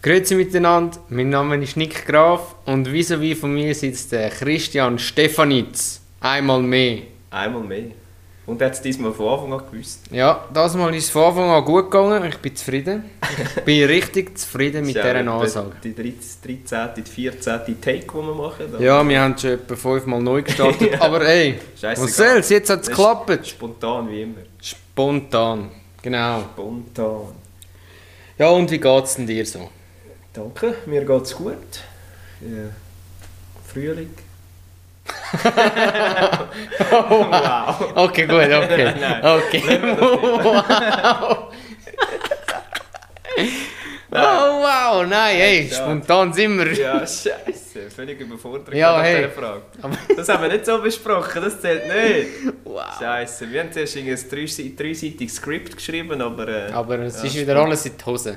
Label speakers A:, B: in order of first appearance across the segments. A: Grüezi miteinander, mein Name ist Nick Graf und wie so wie von mir sitzt der Christian Stefanitz. Einmal mehr.
B: Einmal mehr. Und er hat es diesmal von Anfang an gewusst.
A: Ja, das Mal ist es von Anfang an gut gegangen. Ich bin zufrieden. Ich bin richtig zufrieden mit
B: Das ist
A: dieser
B: ja etwa
A: Ansage.
B: Die 13., 13., die 14. Take, die wir machen. da.
A: Ja, wir haben schon etwa fünfmal neu gestartet, aber ey,
B: Scheissegal.
A: was soll's, jetzt hat es
B: Das ist-
A: geklappt.
B: Spontan wie immer.
A: Spontan, genau.
B: Spontan.
A: Ja, und wie geht's denn dir so?
B: Danke, mir geht's gut. Ja. Frühling. wow.
A: Okay, gut, okay.
B: Nein.
A: okay. wow. oh, wow, nein, ey,
B: Schade.
A: spontan sind wir.
B: Ja, scheiße. Völlig überfordert
A: Ja,
B: mit
A: hey.
B: dieser Frage. Das haben wir nicht so besprochen, das zählt nicht.
A: Wow.
B: Scheiße, wir haben zuerst irgendein dreise- dreiseitiges Skript geschrieben, aber... Äh,
A: Aber es
B: ja,
A: ist wieder alles in die Hose.
B: Ja,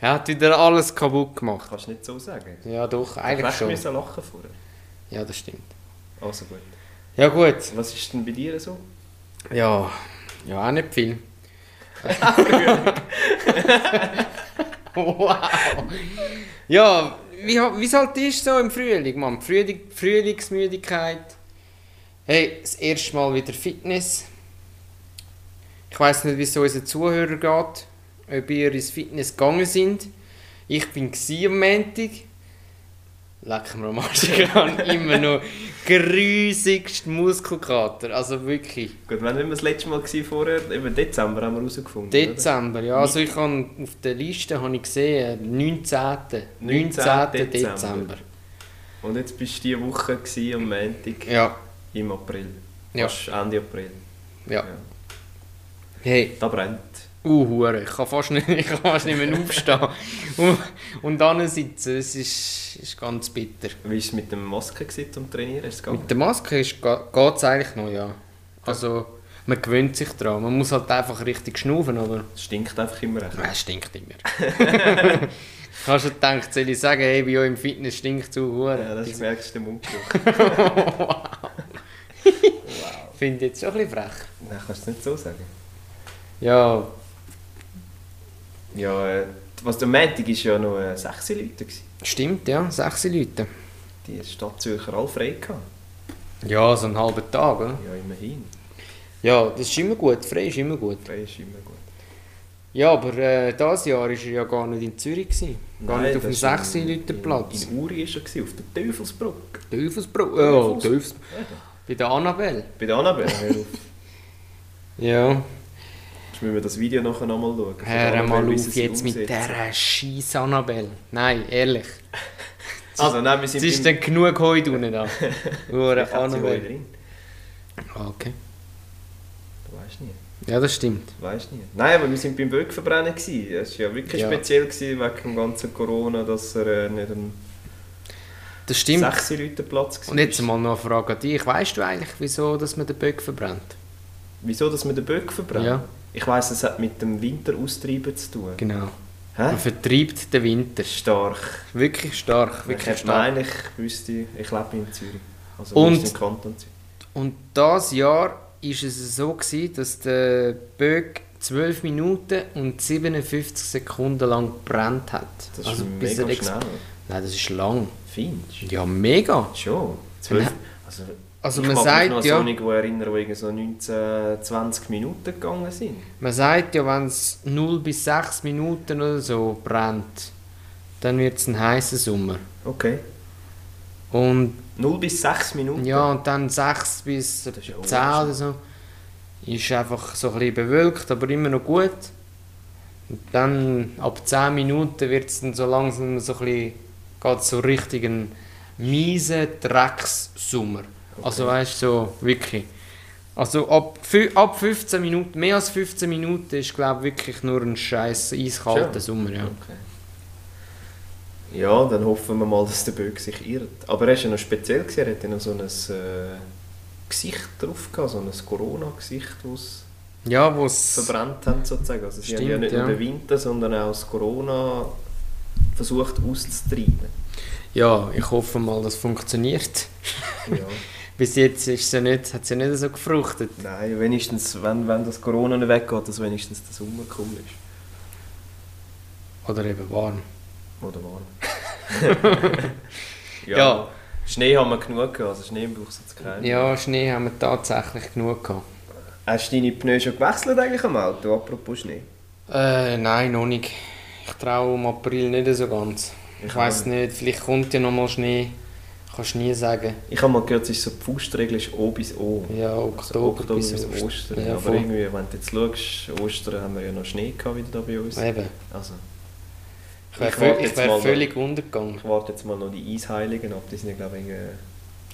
A: Er hat wieder alles kaputt gemacht.
B: kannst du nicht so sagen.
A: Ja, doch, eigentlich
B: Eigentlich
A: schon.
B: müssen lachen vorher.
A: Ja, das stimmt.
B: Also gut.
A: Ja, gut.
B: Was ist denn bei dir so?
A: Ja, ja, auch nicht viel. wow! Ja, wie ha- wie es halt ist so im Frühling, Mann. Frühling, Frühlingsmüdigkeit. Hey, das erste Mal wieder Fitness. Ich weiß nicht, wie es unseren Zuhörern geht, ob ihr ins Fitness gegangen sind. Ich bin gsi am Montag. Leck mir am Arsch, ich habe immer noch grüßigst Muskelkater. Also wirklich.
B: Gut, wann waren wir das letzte Mal gewesen vorher? Im Dezember haben wir herausgefunden.
A: Dezember, ja. Also ich habe auf der Liste habe ich gesehen, 19. 19.
B: 19.
A: Dezember.
B: Dezember. Oder? Und jetzt bist du diese Woche gewesen, am Montag
A: Ja,
B: im April.
A: Ja.
B: Fast Ende April.
A: ja. Hey,
B: Da brennt.
A: uh, Hure, ich kann fast nicht, ich kann fast nicht mehr aufstehen und, und dann sitzen. Es ist, ist ganz bitter.
B: Wie war es mit dem Maske gewesen, zum Trainieren? Ist es gegangen?
A: Mit der Maske geht es eigentlich noch, ja. Also man gewöhnt sich dran. Man muss halt einfach richtig schnaufen, aber
B: Es stinkt einfach immer recht.
A: es stinkt immer. Ich habe schon gedacht, soll ich sagen, hey, bei euch im Fitness stinkt es zu Hure.
B: Ja, das ist merkst du den Mundgeruch.
A: Finde ich jetzt schon ein bisschen frech.
B: Nein, kannst du es nicht so sagen.
A: Ja,
B: Ja, äh, was am Montag war ja noch äh, sechs Leute. Gewesen.
A: Stimmt, ja, sechs Leute.
B: Die Stadt Zürcher alle frei gehabt.
A: Ja, so einen halben Tag, oder?
B: Ja, immerhin.
A: Ja, das ist immer gut, frei ist immer gut.
B: Frei ist immer gut.
A: Ja, aber äh, dieses Jahr war er ja gar nicht in Zürich. Gewesen. Gar
B: Nein,
A: nicht auf dem
B: das war
A: 6
B: in-
A: Leute Platz.
B: In, in Uri war er, gewesen, auf der Teufelsbrücke.
A: Teufelsbro. Ja,
B: Teufels-
A: Teufels. Bei der Annabelle.
B: Bei der Annabelle, hör auf.
A: Ja.
B: Jetzt müssen wir das Video nachher nochmal schauen. Von der
A: Hör mal
B: Annabelle, wie sie
A: auf
B: sie
A: jetzt mit
B: umsetzen.
A: dieser scheiß Annabelle. Nein, ehrlich.
B: Also nein, wir
A: Es
B: sind
A: ist
B: beim-
A: dann genug heute unten da. Hure
B: Ich hab sie wohl
A: Annabelle.
B: drin.
A: Ah, Okay.
B: Du weißt nie.
A: Ja, das stimmt.
B: Du weißt nie. Nein, aber wir sind beim Böckverbrennen gsi. Es war ja wirklich
A: Ja.
B: speziell gewesen, wegen dem ganzen Corona, dass er äh, nicht am
A: Das stimmt.
B: 6 Leute Platz war.
A: Und jetzt mal noch eine Frage an dich. Weißt du eigentlich, wieso dass man den Böck verbrennt?
B: Wieso, dass wir den Böck verbrennen?
A: Ja.
B: Ich weiss, es hat mit dem Winteraustreiben zu tun.
A: Genau.
B: Hä?
A: Man vertreibt den Winter.
B: Stark.
A: Wirklich stark, wirklich
B: Ich
A: stark.
B: meine, ich wüsste, ich lebe in Zürich. Also
A: Und-
B: wir sind im Kanton Zürich.
A: Und das Jahr ist es so gewesen, dass der Böck 12 Minuten und 57 Sekunden lang gebrannt hat.
B: Das
A: also
B: ist
A: bis
B: mega
A: er ex-
B: schnell.
A: Nein, das ist lang.
B: Findest du?
A: Ja, mega.
B: Schon. Zwölf.
A: Nein.
B: Also,
A: Also
B: ich
A: man
B: mag mich noch
A: sagt
B: an
A: ja,
B: Sonic, die erinnern, die so 19, 20 Minuten gegangen sind.
A: man sagt ja, wenn es 0 bis 6 Minuten oder so brennt, dann wird es ein heißer Sommer.
B: Okay.
A: Und
B: 0 bis 6 Minuten?
A: Ja, und dann 6 bis
B: ist ja
A: 10 oder so. Ist einfach so ein bisschen bewölkt, aber immer noch gut. Und dann ab 10 Minuten wird es dann so langsam so ein bisschen, geht so richtig ein miesen Dreckssommer. Also weißt du, so wirklich. Also ab, fü- ab 15 Minuten, mehr als 15 Minuten ist glaube ich wirklich nur ein scheiß eiskalter
B: Schön.
A: Sommer. Ja.
B: Okay. Ja, dann hoffen wir mal, dass der Böck sich irrt. Aber er war ja noch speziell, gewesen. er hatte ja noch so ein äh, Gesicht drauf, gehabt, so ein Corona-Gesicht, das
A: ja, wo es...
B: verbrannt haben sozusagen. Also sie haben ja
A: Stimmt,
B: nicht nur
A: ja.
B: den Winter, sondern auch das Corona versucht auszutreiben.
A: Ja, ich hoffe mal, das funktioniert.
B: Ja.
A: Bis jetzt ist sie nicht, hat sie nicht so gefruchtet.
B: Nein, wenigstens, wenn, wenn das Corona nicht weggeht, dass wenigstens der Sommer cool ist.
A: Oder eben warm.
B: Oder warm.
A: Ja.
B: Schnee haben wir genug gehabt, also Schnee brauchst du jetzt keinen.
A: Ja, Schnee haben wir tatsächlich genug gehabt.
B: Hast du deine Pneu schon gewechselt eigentlich am Auto, apropos Schnee?
A: Äh, nein, noch nicht. Ich traue im April nicht so ganz. Ich weiß nicht, vielleicht kommt ja noch mal Schnee. Kannst nie sagen.
B: Ich habe mal gehört, es ist so die Faustregel ist O bis O.
A: Ja,
B: Also
A: Oktober,
B: Oktober bis
A: Ost-
B: Ostern.
A: Ja,
B: Aber
A: voll.
B: irgendwie, wenn du jetzt schaust, Ostern haben wir ja noch Schnee gehabt wieder da bei uns.
A: Eben.
B: Also,
A: Ich wäre
B: Ich warte
A: vö- ich
B: jetzt
A: wär
B: mal.
A: völlig untergegangen.
B: ich warte jetzt mal noch die Eisheiligen ab, die sind ja glaube ich irgendwie...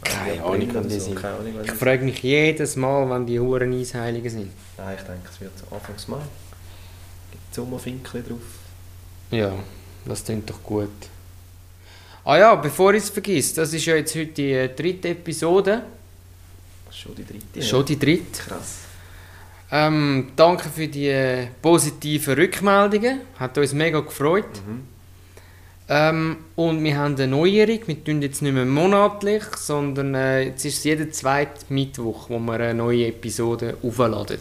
A: Keine
B: Ende
A: Ahnung,
B: April
A: wann
B: oder
A: die
B: so.
A: sind.
B: Keine Ahnung, wann
A: Ich
B: die-
A: frage mich jedes Mal, wenn die Huren Eisheiligen sind.
B: Nein, ich denke, es wird Anfangs Mai. Gibt Sommerfinkel drauf.
A: Ja, das klingt doch gut. Ah ja, bevor ich es vergesse, das ist ja jetzt heute die äh, dritte Episode.
B: Das ist Schon die dritte.
A: Schon die dritte.
B: ja. krass.
A: Ähm, danke für die äh, positiven Rückmeldungen. Hat uns mega gefreut.
B: Mhm.
A: Ähm, und wir haben eine Neuerung. Wir tun jetzt nicht mehr monatlich, sondern äh, jetzt ist es jeden zweiten Mittwoch, wo wir eine neue Episode aufladen.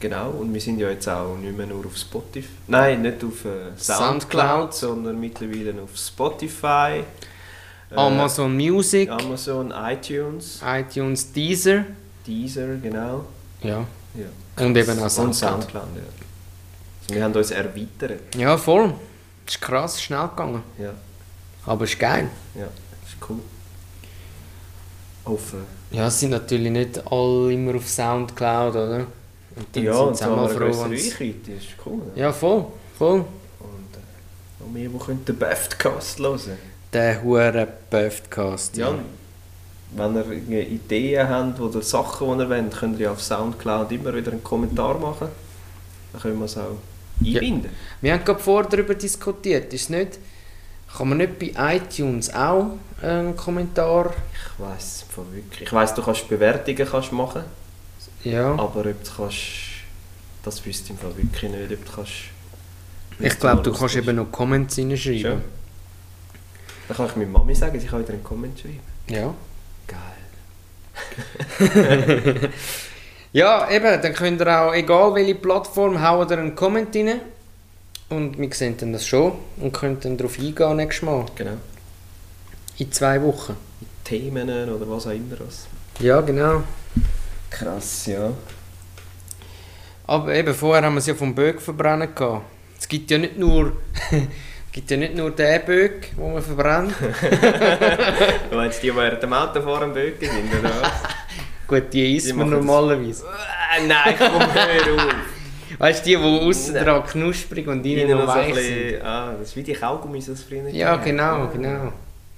B: Genau, und wir sind ja jetzt auch nicht mehr nur auf Spotify. Nein, nicht auf äh,
A: Soundcloud.
B: Soundcloud, sondern mittlerweile auf Spotify, äh,
A: Amazon Music,
B: Amazon, iTunes,
A: iTunes, Deezer.
B: Deezer, genau.
A: Ja.
B: Ja.
A: Und eben auch
B: Und
A: Soundcloud.
B: Soundcloud, ja. Also wir haben uns erweitert.
A: Ja, voll. Ist krass schnell gegangen.
B: Ja,
A: Aber ist geil.
B: ja, ist cool. Hoffen.
A: Ja, es sind natürlich nicht alle immer auf Soundcloud, oder? Und dann
B: ja,
A: sind
B: und
A: sie
B: so haben
A: auch mal
B: wir eine
A: froh,
B: größere
A: wenn's-
B: Reichweite, ist cool.
A: Ja, voll, voll.
B: Und äh, noch mehr, die können den Beftcast hören
A: Der hure Podcast.
B: Ja, und wenn ihr irgendwie Ideen habt oder Sachen, die ihr wollt, könnt ihr ja auf Soundcloud immer wieder einen Kommentar machen. Dann können wir es auch
A: Ja.
B: einbinden.
A: Wir haben gerade vorher darüber diskutiert, ist nicht... Kann man nicht bei iTunes auch äh, einen Kommentar...
B: Ich weiss von wirklich. Ich weiss, du kannst Bewertungen kannst machen,
A: Ja,
B: aber ob du kannst. Das wüsste ich im Fall wirklich nicht, ob du kannst.
A: ich glaube, du kannst eben noch Comments reinschreiben.
B: Schön. Dann kann ich meiner Mami sagen, sie kann wieder einen Comment schreiben.
A: Ja.
B: Geil.
A: Ja, eben, dann könnt ihr auch, egal welche Plattform, hauen ihr einen Comment rein. Und wir sehen dann das schon und können dann darauf eingehen nächstes Mal.
B: Genau.
A: In zwei Wochen.
B: Themen oder was auch immer. Was.
A: Ja, genau.
B: Krass, ja.
A: Aber eben, vorher haben wir es ja vom Böck verbrennen gehabt. Es gibt ja nicht nur, es gibt ja nicht nur den Böck, den man verbrennt.
B: Du meinst die, die während dem Autofahren bögen sind, oder was?
A: Gut, die
B: Die
A: isst man
B: machen's.
A: normalerweise.
B: Äh, Nein, komm, hör auf.
A: Weißt du, die, die außen
B: Nein.
A: dran knusprig und innen
B: Innen
A: noch
B: noch so ein
A: weich sind?
B: bisschen... Ah, das ist wie die Kaugummis, die es früher
A: Ja,
B: gegeben
A: genau,
B: hat.
A: genau.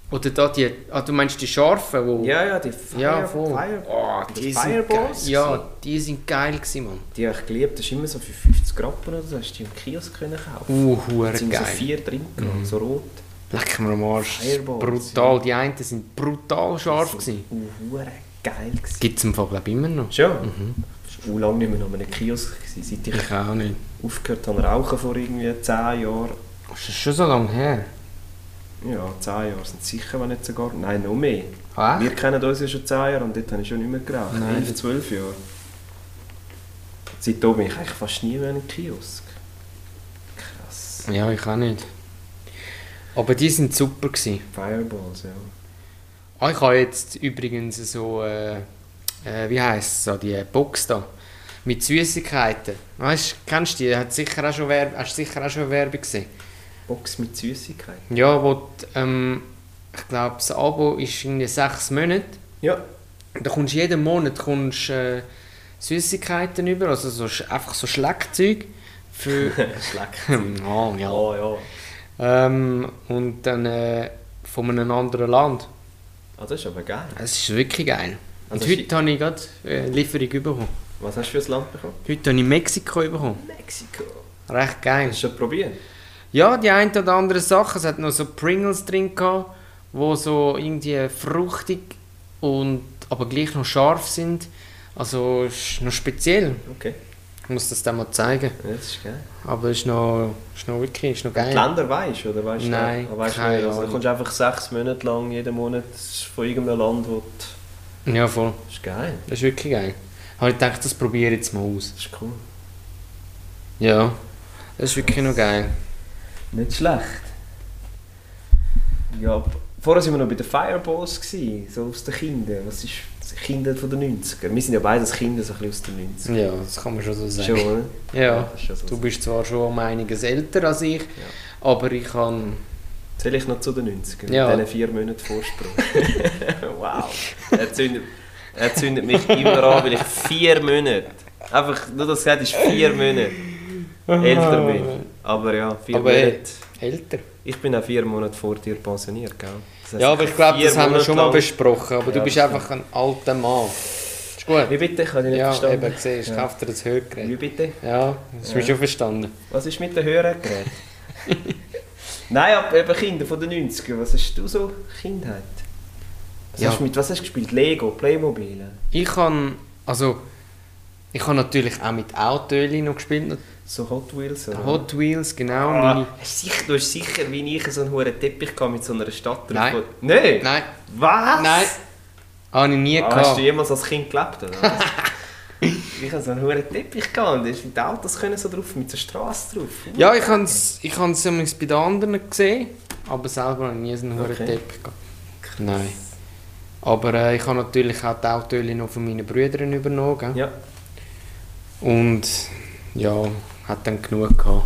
A: Oder da die, ah, du meinst die scharfen, wo...
B: Ja, ja, die Fire,
A: Ja, voll.
B: Fire,
A: Oh, die
B: die
A: sind
B: Fireballs.
A: geil. Ja, die sind geil gewesen, Mann.
B: Die habe ich geliebt. Das ist immer so für 50 Rappen oder so. Hast du die im Kiosk können kaufen
A: Uh,
B: Da
A: hure
B: sind so
A: geil.
B: vier drin, gehabt, so rot.
A: Leck mir am Arsch. das ist
B: Fireballs,
A: Brutal, die einen sind brutal scharf
B: Das
A: gewesen.
B: Uh, hure geil gewesen.
A: Gibt es im Fall, glaube ich, immer noch.
B: Schon?
A: Mhm.
B: Das war auch lange nicht mehr an einem Kiosk. gewesen, Seit ich
A: Ich auch nicht.
B: aufgehört habe zu rauchen vor irgendwie 10 Jahren.
A: Das ist schon so lange her.
B: Ja, 10 Jahre sind es sicher, wenn nicht sogar. Nein, noch mehr.
A: Ah,
B: Wir kennen uns ja schon 10 Jahre und dort habe ich schon nicht mehr geraucht.
A: Nein.
B: 11, 12 Jahre. Seitdem bin ich eigentlich fast nie mehr in einem Kiosk. Krass.
A: Ja, ich auch nicht. Aber die sind super gewesen.
B: Fireballs, ja.
A: Ah, ich habe jetzt übrigens so, äh, äh, wie heisst es, so die Box da. Mit Süßigkeiten. Weißt, kennst du die? Hat sicher auch schon Werbe, hast sicher auch schon Werbung gesehen.
B: Box mit Süßigkeit.
A: Ja, wo, die, ähm, ich glaube, das Abo ist irgendwie sechs Monate.
B: Ja.
A: Da kommst du jeden Monat kommst, äh, Süßigkeiten über, also so, Sch- einfach so Schleckzeug. Für.
B: Schlecht.
A: oh, ja.
B: Oh ja.
A: Ähm, und dann äh, von einem anderen Land.
B: Ah, das ist aber geil.
A: Es ist wirklich geil. Und
B: Also
A: heute habe ich gerade äh, Lieferung bekommen.
B: Was hast du für ein Land bekommen?
A: Heute habe ich Mexiko bekommen.
B: Mexiko.
A: Recht geil.
B: Hast du schon probiert?
A: Ja, die ein oder andere Sache. Es hat noch so Pringles drin gehabt, wo so irgendwie fruchtig und aber gleich noch scharf sind. Also ist noch speziell.
B: Okay.
A: Ich muss das dann mal zeigen.
B: Ja, das ist geil.
A: Aber ist noch, ist noch wirklich, ist noch
B: Die
A: geil.
B: Länder weißt du, oder weißt du?
A: Nein,
B: nicht? Ah, weisst du
A: keine
B: nicht? Also, du
A: Ahnung.
B: kommst einfach sechs Monate lang jeden Monat von irgendeinem Land, wo du...
A: Ja, voll.
B: Das ist geil.
A: Das ist wirklich geil. Habe ich gedacht, das probiere ich jetzt mal aus.
B: Das ist cool.
A: Ja, das ist wirklich noch geil.
B: Nicht schlecht. Ja, vorher waren wir noch bei den Fireballs, gewesen, so aus den Kindern. Was ist das Kinder von den 90er? Wir sind ja beides Kinder so ein bisschen aus den 90er.
A: Ja, das kann man schon so sagen.
B: Schon, oder?
A: Ja.
B: das ist schon so.
A: Du bist zwar schon um einiges älter als ich, aber ich kann.
B: Zähle ich noch zu den 90ern,
A: Ja.
B: mit diesen vier Monaten Vorsprung. wow. Er zündet, er zündet mich immer an, weil ich vier Monate, einfach nur das gesagt ist, vier Monate älter bin. Aber ja, vier
A: Aber hey.
B: Monate.
A: Älter?
B: Ich bin auch vier Monate vor dir pensioniert, gell? Das heisst,
A: Ja, aber ich glaube,
B: vier
A: das haben wir
B: Monate
A: schon mal
B: lang-
A: besprochen. Aber
B: Ja,
A: du bist
B: das
A: einfach ein alter Mann. Ist gut.
B: Wie bitte? Ich habe dich nicht
A: Ja,
B: verstanden.
A: eben, siehst du,
B: Ja.
A: kauft dir das
B: Wie
A: Hörgerät.
B: bitte?
A: Ja, das hast du
B: Ja.
A: schon verstanden.
B: Was ist mit den Hörgeräten? Nein, aber eben Kinder von den 90ern. Was hast du so Kindheit? Was,
A: Ja.
B: hast du mit, was hast du gespielt? Lego, Playmobil?
A: Ich kann, also, ich habe natürlich auch mit Autoöli noch gespielt.
B: So Hot Wheels? Oder?
A: Hot Wheels, genau.
B: ah,
A: Meine,
B: hast du sicher- Du hast sicher wie ich so einen hohen Teppich gehabt mit so einer Stadt drauf.
A: Nein.
B: wo- Nein?
A: nein,
B: Was?
A: nein, habe ich nie
B: Ah, hast du
A: gehabt.
B: jemals als Kind gelebt? Oder? was? ich hatte so einen hohen Teppich gehabt und da ist mit Autos können so drauf, mit der Straße drauf.
A: Ja, ich habe es ich hab's zumindest bei den anderen gesehen, aber selber habe ich nie so einen
B: Okay.
A: okay. Teppich gehabt. Nein. Aber äh, ich habe natürlich auch die Autoöli noch von meinen Brüdern übernommen. Gell?
B: Ja.
A: Und ja, hat dann genug gehabt.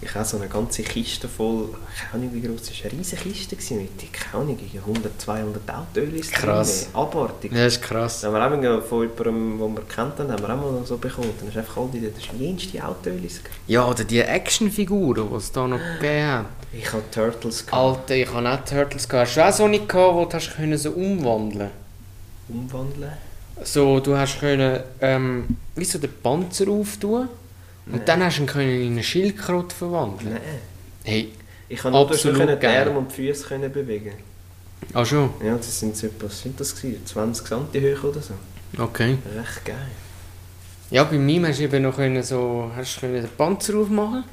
B: Ich habe so eine ganze Kiste voll, keine Ahnung wie groß ist, eine riesige Kiste gewesen mit, keine Ahnung, 100, 200 Autölis
A: Krass.
B: drin, abartig.
A: Ja, ist krass.
B: Das haben wir auch mal von jemandem, den wir kennt, haben, haben wir auch mal so bekommen. Dann ist einfach all die, das ist jenste Autölis.
A: Ja, oder die Actionfiguren, die es da noch gegeben hat.
B: Ich habe Turtles gehabt,
A: Alter, ich habe auch Turtles gehabt. Hast du auch so eine gehabt, wo du hast können so umwandeln
B: umwandeln.
A: So, du hast können, ähm, wie so den Panzer auftun und dann hast du ihn können in eine Schildkröte verwandeln.
B: Nein.
A: Hey,
B: Ich kann nur
A: Absolut
B: können die
A: geil.
B: Arme und die Füße können bewegen.
A: ah schon,
B: Ja, das sind so etwas, sind das gewesen? 20 Santi hoch oder so.
A: okay.
B: Recht geil.
A: Ja, bei mir hast du eben noch können so, hast du können den Panzer aufmachen,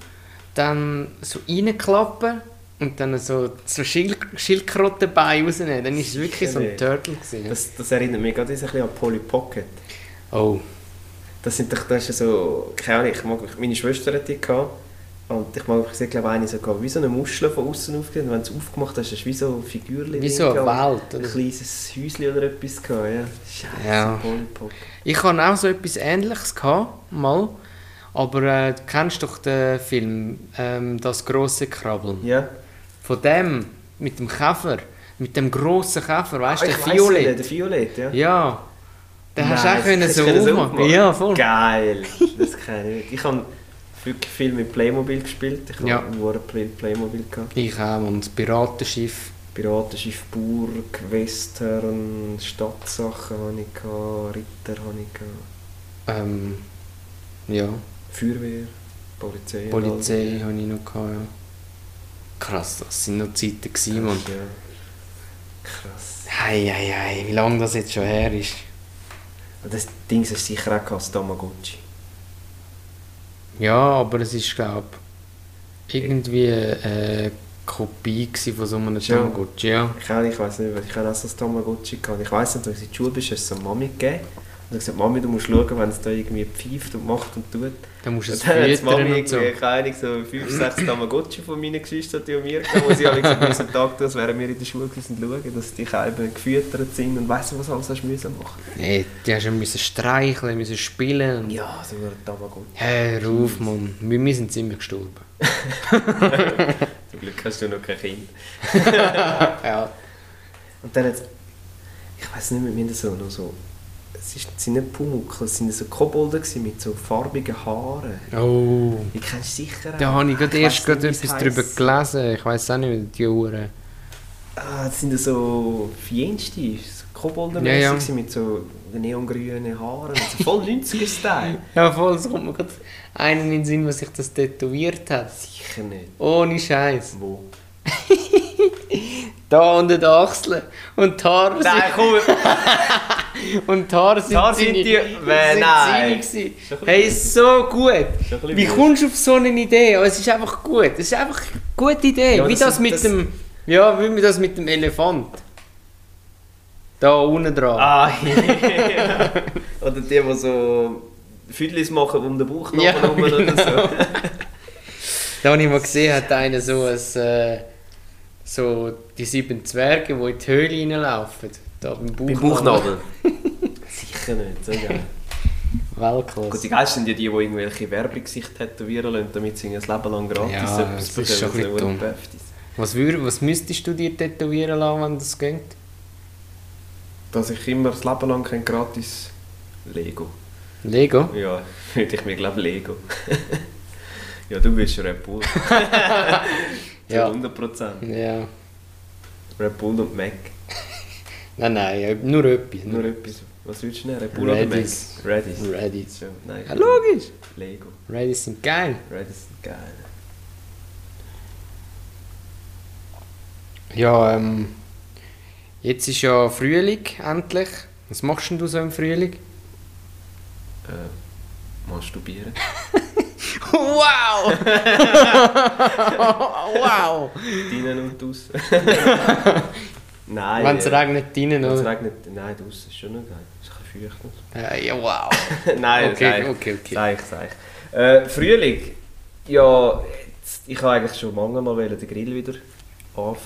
A: dann so reinklappen und dann so, so Schild Schildkrötenbein rausnehmen. Dann war es wirklich so ein Turtle. Gewesen.
B: Das, das erinnert mich gerade ein bisschen an Polly Pocket.
A: Oh,
B: Das sind doch, das ist ja so, keine Ahnung, ich mag, meine Schwester hatte die gehabt, und ich mag, ich sehe, glaube eine sogar wie so eine Muschel von außen aufgegeben und wenn du es aufgemacht hast, ist wie so ein Figürchen
A: wie so eine
B: drin gehabt.
A: Welt.
B: Ein
A: Oder?
B: kleines Häuschen oder etwas gehabt, ja. Scheiße,
A: Ja.
B: Polipop.
A: Ich hatte auch so etwas ähnliches, gehabt, mal. Aber äh, du kennst doch den Film ähm, «Das große Krabbeln».
B: Ja.
A: Von dem, mit dem Käfer, mit dem grossen Käfer, weißt du, der
B: Ah, ich weiss
A: Violett.
B: nicht, Der Violett, ja.
A: Ja. Den hast du
B: Nein,
A: auch können
B: das
A: so
B: hast du
A: aufmachen Ja, voll.
B: Geil, das kenne ich nicht. Ich habe wirklich viel mit Playmobil gespielt. Ich habe
A: Ja.
B: einen War Play Playmobil gehabt.
A: Ich auch, und das Piratenschiff.
B: Piratenschiff, Burg, Western, Stadtsachen habe ich gehabt, Ritter habe ich gehabt.
A: Ähm, ja,
B: Feuerwehr, Polizei.
A: Polizei hatte ich noch. Gehabt, ja. Krass, das waren noch Zeiten, gewesen,
B: Simon.
A: Mann.
B: Ja. Krass.
A: Hei, hei, hei, wie lange das jetzt schon her ist.
B: Und Das Ding ist sicher auch als Tamagotchi.
A: Ja, aber es ist, glaube ich, irgendwie äh, eine Kopie gsi von so einem
B: Ja.
A: Tamagotchi. Ja.
B: Ich, auch- ich weiß nicht, weil ich habe auch so ein Tamagotchi gehabt. Ich weiß nicht, als du in die Schule bist, hast du es an Mami gegeben. Und ich gesagt, Mami, du musst schauen, wenn es da irgendwie pfeift und macht und tut.
A: Dann musst du es
B: Und dann hat die
A: füttern
B: Mami
A: und so.
B: irgendwie, keine Ahnung, so fünf, sechs Tamagotchi von meinen Geschwistern die an mir gehabt, wo sie alle gesagt haben, am Tag das während wir in der Schule gewesen sind, schauen, dass die eben gefüttert sind und weißt du, was alles hast du müssen machen.
A: Nee, die hast du müssen streicheln, müssen spielen. Ja.
B: Ja, so ein Tamagotchi.
A: Hör auf, Mann. Bei mir sind sie immer gestorben.
B: Zum Glück hast du noch kein Kind.
A: ja.
B: Und dann jetzt, ich weiß nicht mehr, wir haben so noch so, es ist, es sind nicht Pumuckl, es sind so Kobolde gewesen mit so farbigen Haaren.
A: Oh.
B: Die kennst du sicher
A: Da habe ich gerade erst
B: weiss
A: gerade
B: nicht, wie
A: etwas
B: es
A: drüber
B: heisst.
A: gelesen. Ich weiß auch nicht, wie die Uhren.
B: Ah, das sind so Fiensti, so Kobolde
A: Ja, ja.
B: gewesen mit so neongrünen Haaren. Also voll 90er-Style.
A: Ja, voll, es kommt mir gerade einen in den Sinn, der sich das tätowiert hat.
B: sicher nicht.
A: Ohne Scheiß.
B: Wo?
A: Da unter den Achseln. Und die Haare
B: Nein, komm!
A: Und die Haare sind
B: Haare sind
A: seine-
B: die-
A: sind
B: Wer-
A: seine
B: nein.
A: gewesen.
B: Schon ein bisschen
A: Hey, ist so gut.
B: Schon ein bisschen
A: Wie
B: blöd.
A: kommst du auf so eine Idee? Oh, Es ist einfach gut. Es ist einfach eine gute Idee.
B: Ja,
A: wie
B: das
A: das,
B: sind-
A: mit
B: das-
A: dem... Ja, wie mit das mit dem Elefant. Da unten dran.
B: ah, ja. Oder die, die so Füdlis machen um den Bauch
A: Ja, genau.
B: herum oder so.
A: Da habe ich mal gesehen, hat einer so ein... Äh, so die sieben Zwerge, die in die Höhle reinlaufen. Da beim
B: Beim
A: Bauchnabel.
B: Bauchnabel. Sicher nicht, so geil. Gut,
A: Weltklasse.
B: die Geilsten sind ja die, die irgendwelche Werbung sich tätowieren lassen, damit sie ihr Leben lang gratis
A: Ja, das ist schon ein bisschen dumm.
B: Päftis.
A: Was, würd, was müsstest du dir tätowieren lassen, wenn das geht?
B: Dass ich immer das Leben lang kein gratis Lego.
A: Lego?
B: Ja, würde ich mir glaube Lego. ja, du bist Red Bull. Zu
A: Ja.
B: 100%.
A: Ja.
B: Red Bull und Mac.
A: Nein, nein, ja, nur etwas.
B: Nur etwas. Was würdest du nehmen? Red Bull oder Mac?
A: Redis. Mm.
B: Redis.
A: Redis.
B: Ja, Nein.
A: Ja, logisch.
B: Lego.
A: Redis sind geil.
B: Redis sind geil.
A: Ja, ähm, jetzt ist ja Frühling, endlich. Was machst denn du so im Frühling?
B: Äh, masturbieren.
A: Wow! wow!
B: Drinnen und draussen. Nein.
A: Wenn es
B: äh,
A: regnet, drinnen,
B: Wenn es
A: oder?
B: regnet, nein, draußen ist schon noch geil. Ist ein bisschen feucht.
A: Äh, ja, wow.
B: nein,
A: Okay,
B: sag ich,
A: okay, okay.
B: sag ich, sag ich. Äh, Frühling, ja, jetzt, ich habe eigentlich schon lange mal wollen den Grill wieder anfeuern.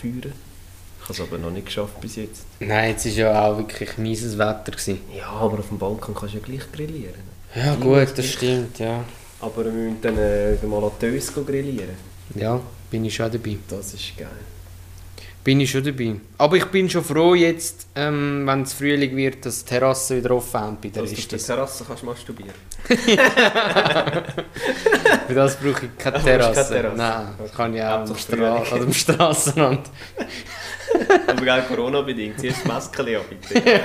B: Ich habe es aber noch nicht geschafft bis jetzt.
A: Nein, jetzt war ja auch wirklich mieses Wetter. Gewesen.
B: Ja, aber auf dem Balkon kannst du ja gleich grillieren.
A: Ja, gut, das stimmt, ja.
B: Aber wir müssen dann äh, mal an die Ös gehen grillieren.
A: Ja, bin ich schon dabei.
B: Das ist geil.
A: Bin ich schon dabei. Aber ich bin schon froh jetzt, ähm, wenn es Frühling wird, dass die Terrassen wieder offen haben bei der
B: Dass du auf der
A: Liste.
B: Terrasse kannst masturbieren.
A: Für das brauche ich keine
B: Du brauchst keine
A: Terrasse.
B: Terrasse.
A: Nein, das kann ich auch am,
B: Hauptsache
A: Stra
B: Frühling.
A: oder am Strassenrand.
B: aber gerade Corona-bedingt, ziehst du das Maske ab, bitte.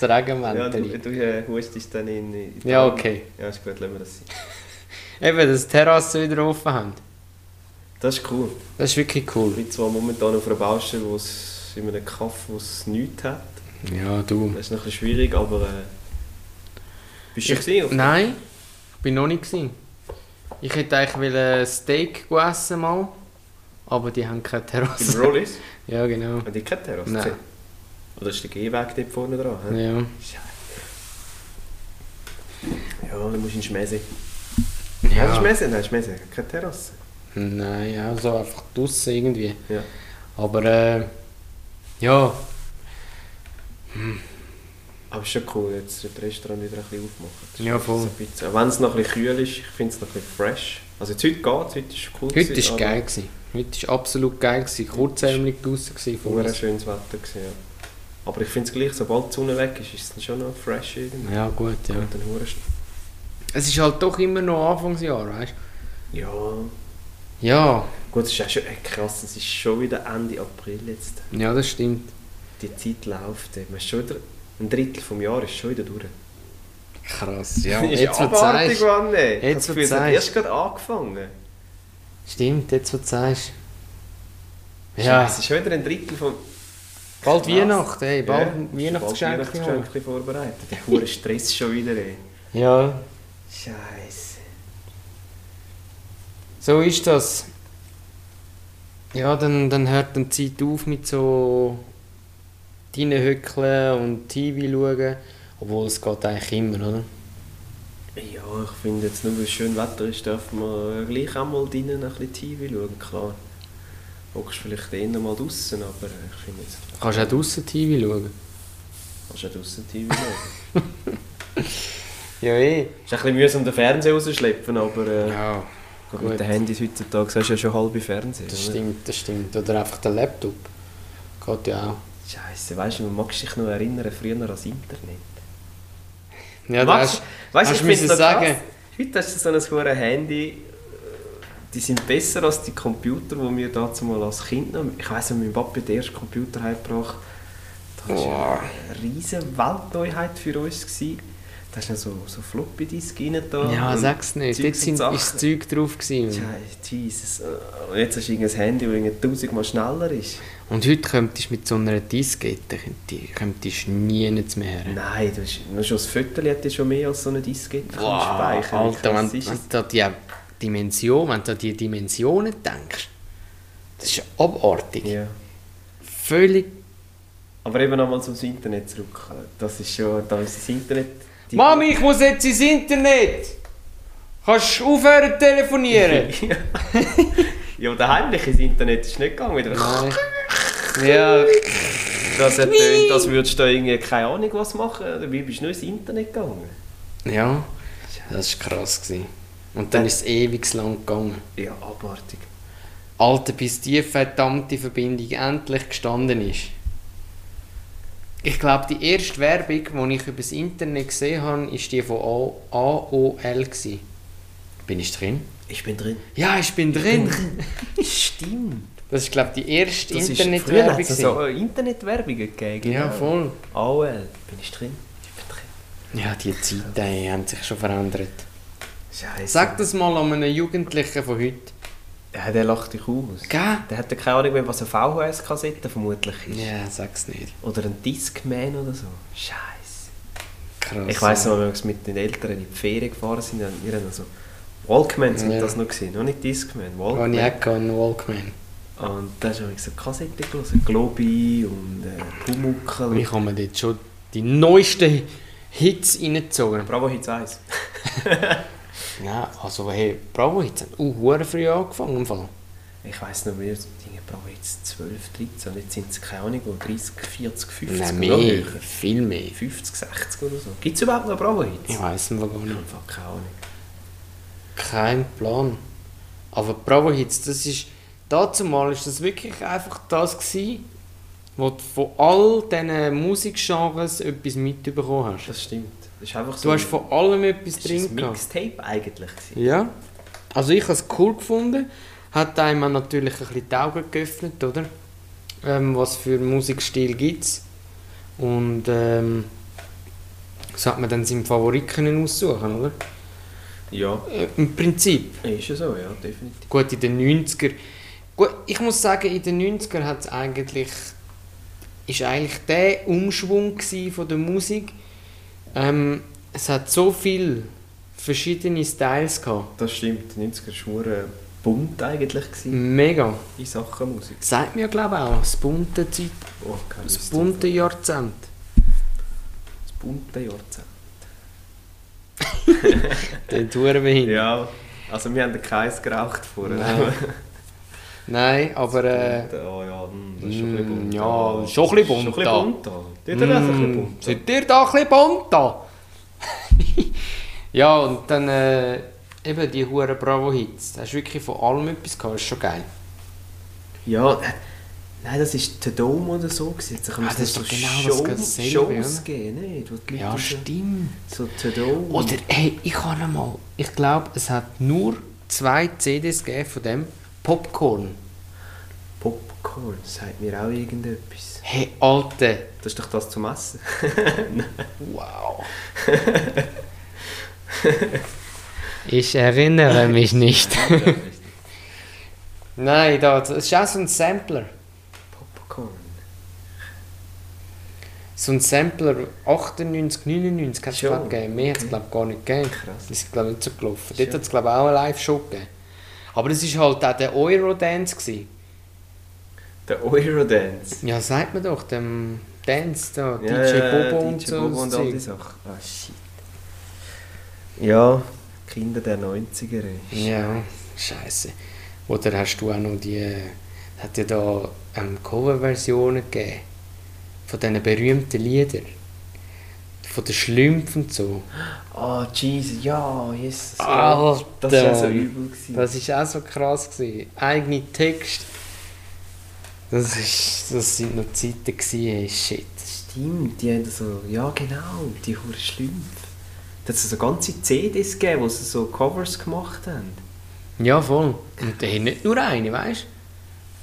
A: Das Regenwetter.
B: ja, du, du äh, hustest dann in, in
A: Ja, okay.
B: Ja, ist gut, lassen wir das sein.
A: Eben, dass die Terrassen wieder offen haben.
B: Das ist cool.
A: Das ist wirklich
B: Ich
A: cool.
B: bin zwar momentan auf einer Baustelle, wo es in einem Kaff, wo es nichts hat.
A: Ja, du.
B: Das ist noch ein bisschen schwierig, aber... Äh, bist du gesehen? auf-
A: Nein, ich bin noch nicht gesehen. Ich hätte eigentlich wollen ein Steak essen mal, aber die haben keine
B: Im
A: Terrasse.
B: Rollis?
A: Ja, genau.
B: Haben die keine Terrasse
A: Nein.
B: gesehen? Oder ist der Gehweg dort vorne dran? hä?
A: Ja.
B: Ja, dann musst du in Schmese. Ja. Hast du
A: ja.
B: Schmese? Nein, Schmese. Keine Terrasse.
A: Nein, ja, so einfach draussen irgendwie.
B: Ja.
A: Aber äh, ja,
B: Aber ist schon cool, jetzt das Restaurant wieder ein bisschen aufmachen. Das ist
A: Ja,
B: schon
A: voll.
B: So ein bisschen- auch wenn es noch ein bisschen kühl ist, ich finde es noch ein bisschen fresh. Also jetzt heute geht heute ist cool.
A: heute
B: gewesen,
A: war
B: aber
A: geil. Gewesen. Heute war absolut geil. Gewesen. Kurzärmelig draussen. Gewesen von
B: Huere
A: uns.
B: schönes Wetter gewesen, ja. Aber ich finde es gleich, sobald die Sonne weg ist, ist es dann schon noch fresh irgendwie.
A: Ja, gut, ja.
B: Und dann hure sch-
A: Es ist halt doch immer noch Anfangsjahr, weißt
B: Ja.
A: du? Ja,
B: Gut, es ist auch schon äh, krass, es ist schon wieder Ende April jetzt.
A: ja, das stimmt.
B: Die Zeit läuft. ey. Man ist schon wieder, ein Drittel vom Jahr ist schon wieder durch.
A: Krass, ja.
B: Ist
A: Jetzt, wo du
B: abartig
A: sagst.
B: geworden, ey. Ich hab
A: Jetzt,
B: das
A: wo
B: Gefühl,
A: du
B: es hat
A: sagst.
B: erst gerade angefangen.
A: Stimmt, jetzt, wo du sagst.
B: Ja.
A: Ja.
B: Es ist schon wieder ein Drittel vom...
A: Bald
B: Krass.
A: Weihnachten, hey, bald
B: Ja,
A: Weihnachtsgeschenke.
B: bald Weihnachtsgeschenke vorbereitet. Der hure Stress schon wieder, ey.
A: Ja,
B: Scheiße.
A: so ist das. Ja, dann, dann hört dann die Zeit auf mit so reinhöckeln und TV schauen. Obwohl es geht eigentlich immer, oder?
B: Ja, ich finde jetzt nur, weil es schön Wetter ist, darf man gleich auch mal drinnen ein bisschen TV schauen, klar. Hockst vielleicht eher mal draußen, aber ich finde jetzt,
A: Du kannst auch draußen TV schauen.
B: kannst du auch draußen TV schauen.
A: Ja, eh.
B: ist ein bisschen mühsam, den Fernseher rausschleppen, aber äh,
A: Ja,
B: gut,
A: gut.
B: mit den Handys heutzutage hast du ja schon halbe Fernseher.
A: das
B: oder?
A: stimmt, das stimmt. Oder einfach der Laptop. Geht ja auch.
B: Scheiße, weißt du, man mag sich noch erinnern, früher noch ans Internet.
A: Ja, da
B: Max,
A: hast,
B: weißt du, ich
A: hast
B: finde
A: müssen
B: es sagen.
A: sagen.
B: Heute hast du so ein hohes Handy. äh, Die sind besser als die Computer, die wir dazu mal als Kind noch. Ich weiss, wenn mein Papa den ersten Computer heimgebracht hat, das war
A: Boah.
B: eine riesige Weltneuheit für uns. Gewesen. Da hast du noch so, so floppy Disk rein da.
A: Ja,
B: und
A: sag's nicht. Dort
B: Zeugs
A: sind,
B: und
A: ist
B: Sachen.
A: das Zeug drauf. Gewesen.
B: Ja, Jesus. äh, Und jetzt hast du irgendein Handy, das irgendwie tausendmal schneller ist.
A: Und heute könntest du mit so einer Diskette könntest- könntest du nie nichts mehr her.
B: Nein, du hast, nur schon das Viertel hat ja schon mehr als so eine Diskette können speichern. Wie
A: Alter, wenn,
B: krass ist
A: wenn
B: es?
A: du an die Dimension, wenn du an die Dimensionen denkst, das ist ja abartig.
B: Ja.
A: Völlig.
B: Aber eben nochmal zum Internet zurück. Das ist schon, da ist das Internet. die-
A: Mami, ich muss jetzt ins Internet! Kannst du aufhören zu telefonieren?
B: Ja. Ja, der heimliche ins Internet ist nicht gegangen. Wieder.
A: Nein. Ja,
B: Das hat tönt, als würdest du da irgendwie keine Ahnung was machen. Dabei bist du nur ins Internet gegangen.
A: ja, das war krass. Gewesen. Und dann ist es ewig lang gegangen.
B: Ja, abartig.
A: Alter, bis die verdammte Verbindung endlich gestanden ist. Ich glaube, die erste Werbung, die ich über das Internet gesehen habe, war die von A- AOL. gewesen. Bin ich drin?
B: Ich bin drin.
A: Ja, ich bin drin!
B: Stimmt.
A: Das ist, glaube ich, die erste
B: Das ist früher
A: Internetwerbung.
B: hat es
A: gewesen.
B: so äh, Internetwerbungen gegeben.
A: Ja, voll.
B: AOL. Bin ich drin? Ich bin drin.
A: Ja, die Zeiten ey, haben sich schon verändert.
B: Scheiße.
A: Sag das mal an einem Jugendlichen von heute.
B: Ja, der lacht dich aus.
A: Gell?
B: Der hat ja keine Ahnung mehr, was eine VHS-Kassette vermutlich ist.
A: Ja, sag's nicht.
B: Oder ein Discman oder so. Scheiße.
A: Krass.
B: Ich weiss noch, wenn wir mit den Eltern in die Ferien gefahren sind, dann wir haben noch so Walkman sind
A: Ja.
B: das noch gesehen, noch nicht Discman,
A: Habe ich
B: Walkman.
A: auch einen Walkman.
B: Und dann haben wir so Kassette gelesen, Globi und äh, Pumuckl.
A: Ich habe mir dort schon die neuesten Hits reingezogen.
B: Bravo Hits 1.
A: Ja, also hey, Bravo Hits hat auch hure früh angefangen im Fall.
B: Ich weiss noch, wir sind irgendwie Bravo Hits 12, 13, jetzt sind es keine Ahnung, wo 30, 40, 50
A: Nein,
B: oder
A: mehr,
B: höher.
A: viel mehr.
B: 50, 60 oder so. Gibt es überhaupt noch Bravo Hits?
A: Ich weiß es gar
B: Ich
A: nicht.
B: habe einfach keine Ahnung.
A: Kein Plan. Aber Bravo Hits, das ist, dazu mal ist das wirklich einfach das gsi, wo du von all diesen Musikgenres etwas mitbekommen hast.
B: Das stimmt. Das ist einfach so
A: Du hast
B: ein-
A: von allem etwas
B: das ist ein
A: drin gehabt.
B: Mixtape eigentlich. gewesen.
A: Ja. Also ich habe es cool gefunden. Hat einem auch natürlich ein bisschen die Augen geöffnet, oder? Ähm, was für Musikstil gibt es. Und ähm, so hat man dann seinen Favorit können aussuchen, oder?
B: Ja,
A: Äh, Im Prinzip.
B: ist ja so, ja, definitiv.
A: Gut, in den 90er. Gut, ich muss sagen, in den 90er hat es eigentlich. ist eigentlich der Umschwung gsi von der Musik. Ähm, es hat so viel verschiedene Styles gehabt.
B: Das stimmt, die 90er war verdammt äh, bunt eigentlich gewesen,
A: Mega.
B: in Sachen Musik.
A: Das sagt mir ja, glaube ich, auch. Das bunte, Zeit,
B: Oh, keine
A: das
B: Lust
A: bunte
B: drauf.
A: Jahrzehnt.
B: Das bunte Jahrzehnt.
A: Den touren wir hin.
B: Ja, also wir haben keins geraucht vorher.
A: Nein, Nein, aber äh,
B: oh ja, hm, das ist schon ein bisschen
A: Mm,
B: bunt.
A: ja,
B: da.
A: ist schon ein bisschen
B: Ist
A: bunt
B: Schon
A: da.
B: ein bisschen bunt da. Dort mm, ein bisschen
A: mm,
B: bunt. da.
A: seid ihr da ein bisschen bunt da? ja, und dann äh, eben die hure Bravo Hits. Da hast du wirklich von allem etwas gehabt, ist schon geil.
B: Ja, äh, nein, das war der Dome oder so. gewesen. Jetzt kann
A: Ah,
B: man
A: das ist
B: so
A: doch genau das
B: Show,
A: gleiche selbe,
B: Shows
A: oder?
B: geben, nicht? Wo die Leute
A: Ja,
B: so-
A: stimmt. Oh,
B: so The Dome.
A: Oder hey, ich habe mal, ich glaube, es hat nur zwei CDs gegeben von dem Popcorn.
B: Popcorn, sagt mir auch irgendetwas.
A: Hey, Alter,
B: Das ist doch das zum Essen.
A: Wow. ich erinnere mich nicht. Nein, da, das ist auch so ein Sampler.
B: Popcorn.
A: So ein Sampler 98, 99 hat es
B: Schon.
A: glaube ich gegeben. Mehr hat es glaube ich gar nicht gegeben.
B: Krass.
A: Das ist glaube ich nicht so gelaufen. Dort
B: Schon.
A: hat es glaube ich auch eine Live-Show gegeben. Aber das war halt auch der Eurodance. Gewesen.
B: Der Eurodance.
A: Ja, sagt man doch, dem Dance da, DJ
B: Ja, ja,
A: Bobo
B: DJ
A: und so.
B: Bobo und
A: das
B: all die
A: Zeug.
B: Sachen. Ah, shit. Ja, Kinder der 90er. ey.
A: Ja, scheiße. Oder hast du auch noch die. äh, Hat ja da ähm, Coverversionen gegeben. Von diesen berühmten Liedern. Von den Schlümpfen und so.
B: Ah, Jesus, ja, Jesus.
A: Alter.
B: Das war ja so übel. Gewesen.
A: Das war auch so krass. Gewesen. Eigene Text. Das, ist, das sind noch Zeiten gewesen, ey, shit.
B: Stimmt, die haben so, ja genau, die hure Schlümpfe. Da hat es so ganze CDs gegeben, wo sie so Covers gemacht haben.
A: Ja, voll. Und die haben nicht nur eine, weißt du?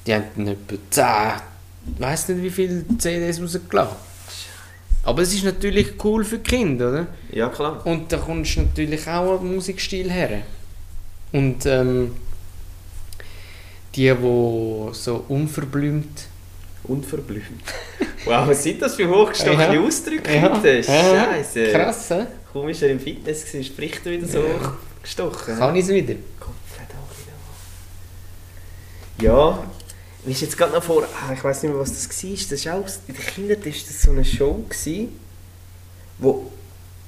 A: Die haben dann etwa 10, weiss nicht wie viele CDs rausgelassen. Aber es ist natürlich cool für die Kinder, oder?
B: Ja, klar.
A: Und da kommst du natürlich auch am Musikstil her. Und ähm, die, die so unverblümt.
B: Unverblümt. Wow, was sind das für hochgestochene
A: Ja.
B: Ausdrücke heute?
A: Ja,
B: Scheiße.
A: Krass, hä?
B: Kaum ist er im Fitness, gewesen, spricht er wieder so hochgestochen.
A: Kann ich es wieder?
B: Ja, mir ist jetzt gerade noch vor, ah, ich weiß nicht mehr, was das war. Das ist auch, in den Kindern war das so eine Show, gewesen, wo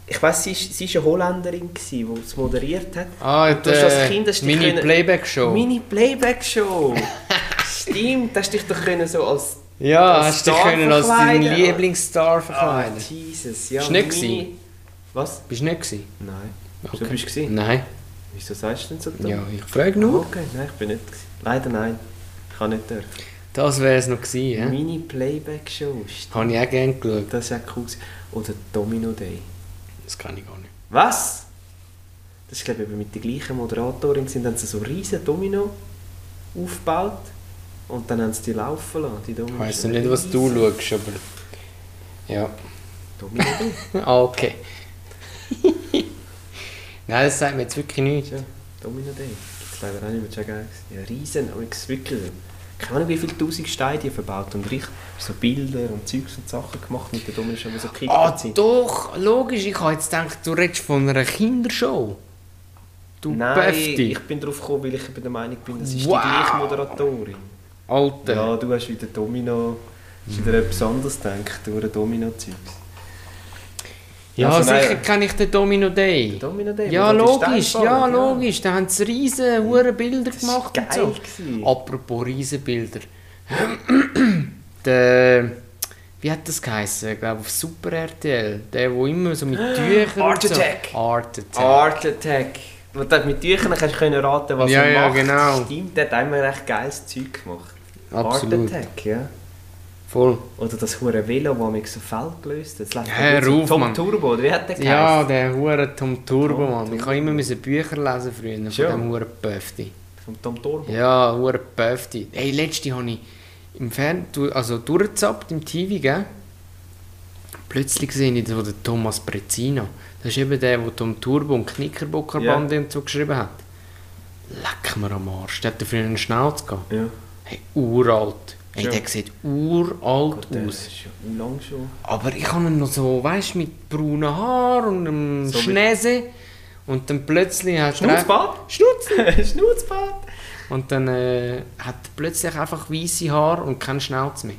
B: Ich weiss, sie ist, sie ist eine Holländerin, gewesen, die es moderiert hat.
A: Ah,
B: Du hast als Kind hast dich können-
A: Mini-Playback-Show.
B: Mini Playback-Show! Stimmt, hast dich doch können so als.
A: ja,
B: als
A: hast dich
B: Star
A: können als deinen
B: verkleiden.
A: Lieblingsstar
B: Ah,
A: verkleiden.
B: Jesus, ja.
A: Ist nicht
B: Mini-
A: gewesen?
B: Was?
A: Bist du nicht gewesen?
B: Nein.
A: Okay.
B: Du bist gesehen.
A: Nein.
B: Wieso sagst du denn so dumm?
A: Ja, ich frage
B: Ah,
A: nur.
B: Okay, nein, ich bin nicht. gewesen. Leider nein. Ich kann nicht dürfen.
A: Das wäre es noch gewesen, ja?
B: Mini Playback-Show. stimmt.
A: Habe ich auch gerne geschaut.
B: Das ist auch cool. gewesen. Oder Domino Day.
A: Das kann ich gar nicht.
B: Was? Das ist, glaube ich, eben mit der gleichen Moderatorin. Sind, haben sie so riesen Domino aufgebaut und dann haben sie die laufen lassen. Die Domino
A: Ich weiss noch nicht, was du schaust, aber... Ja.
B: Domino Day.
A: Ah, okay. Nein, das sagt mir jetzt wirklich nichts.
B: Ja, Domino Day. Gibt es leider auch nicht mehr. Schon geil gewesen. Ja, riesen, aber es ist wirklich... Keine Ahnung, wie viele tausend Steine die verbaut und richtig so Bilder und Zeugs und Sachen gemacht mit der Domino schon so gekickt
A: Ah,
B: sind.
A: doch, logisch. Ich habe jetzt gedacht, du redest von einer Kindershow. Du
B: Nein,
A: Päfti.
B: ich bin drauf gekommen, weil ich eben der Meinung bin, das ist
A: Wow.
B: die gleiche Moderatorin.
A: Alter.
B: Ja, du hast wieder Domino, hast wieder etwas anderes gedacht durch den Domino-Zeugs.
A: Ja,
B: Also nein.
A: sicher kenne ich den Domino Day.
B: Domino Day.
A: Ja,
B: wo die
A: logisch,
B: Steine
A: ja,
B: fallen,
A: logisch. Da haben sie riesen hure Bilder
B: Das war
A: gemacht.
B: geil.
A: und
B: gewesen.
A: so. Apropos riesen Bilder. der, wie hat das geheissen? Ich glaube auf Super RTL. Der, der immer so mit Tüchern.
B: Art
A: und so.
B: Attack.
A: Art Attack.
B: Art Attack. Und dann mit Tüchern kannst du können raten, was
A: Ja,
B: er
A: ja,
B: macht.
A: genau.
B: Stimmt, der hat einmal echt geiles Zeug gemacht.
A: Absolut.
B: Art Attack, ja.
A: Voll.
B: Oder das hure Velo, das mich so Feld gelöst hat. Das läuft
A: Hör
B: so
A: auf,
B: Tom
A: Mann.
B: Turbo, oder wie hat der
A: Ja,
B: geheißen?
A: der hure Tom Turbo,
B: Tom
A: Mann. Ich
B: Turbo.
A: habe immer müssen Bücher lesen früher
B: Schon?
A: von dem hure Pöfti.
B: Vom Tom Turbo.
A: Ja, hure Pöfti. Hey, letzte habe ich im Fernsehen, also durchgezappt im TV, gell? Plötzlich sehe ich den Thomas Brezina. Das ist eben der, der Tom Turbo und Knickerbockerbande und so geschrieben hat. Leck mir am Arsch. Der hat früher einen Schnauz gehabt.
B: Ja.
A: Hey, uralt. Hey,
B: Schon?
A: der sieht uralt
B: Gott, der
A: aus.
B: ist schon lang schon.
A: Aber ich habe ihn noch so, weißt du, mit braunen Haar und einem
B: So wie-
A: Schnäse. Und dann plötzlich hat er-
B: Schnutzbart?
A: Schnutz!
B: Schnutzbart!
A: Und dann äh, hat er plötzlich einfach weiße Haar und keinen Schnauz mehr.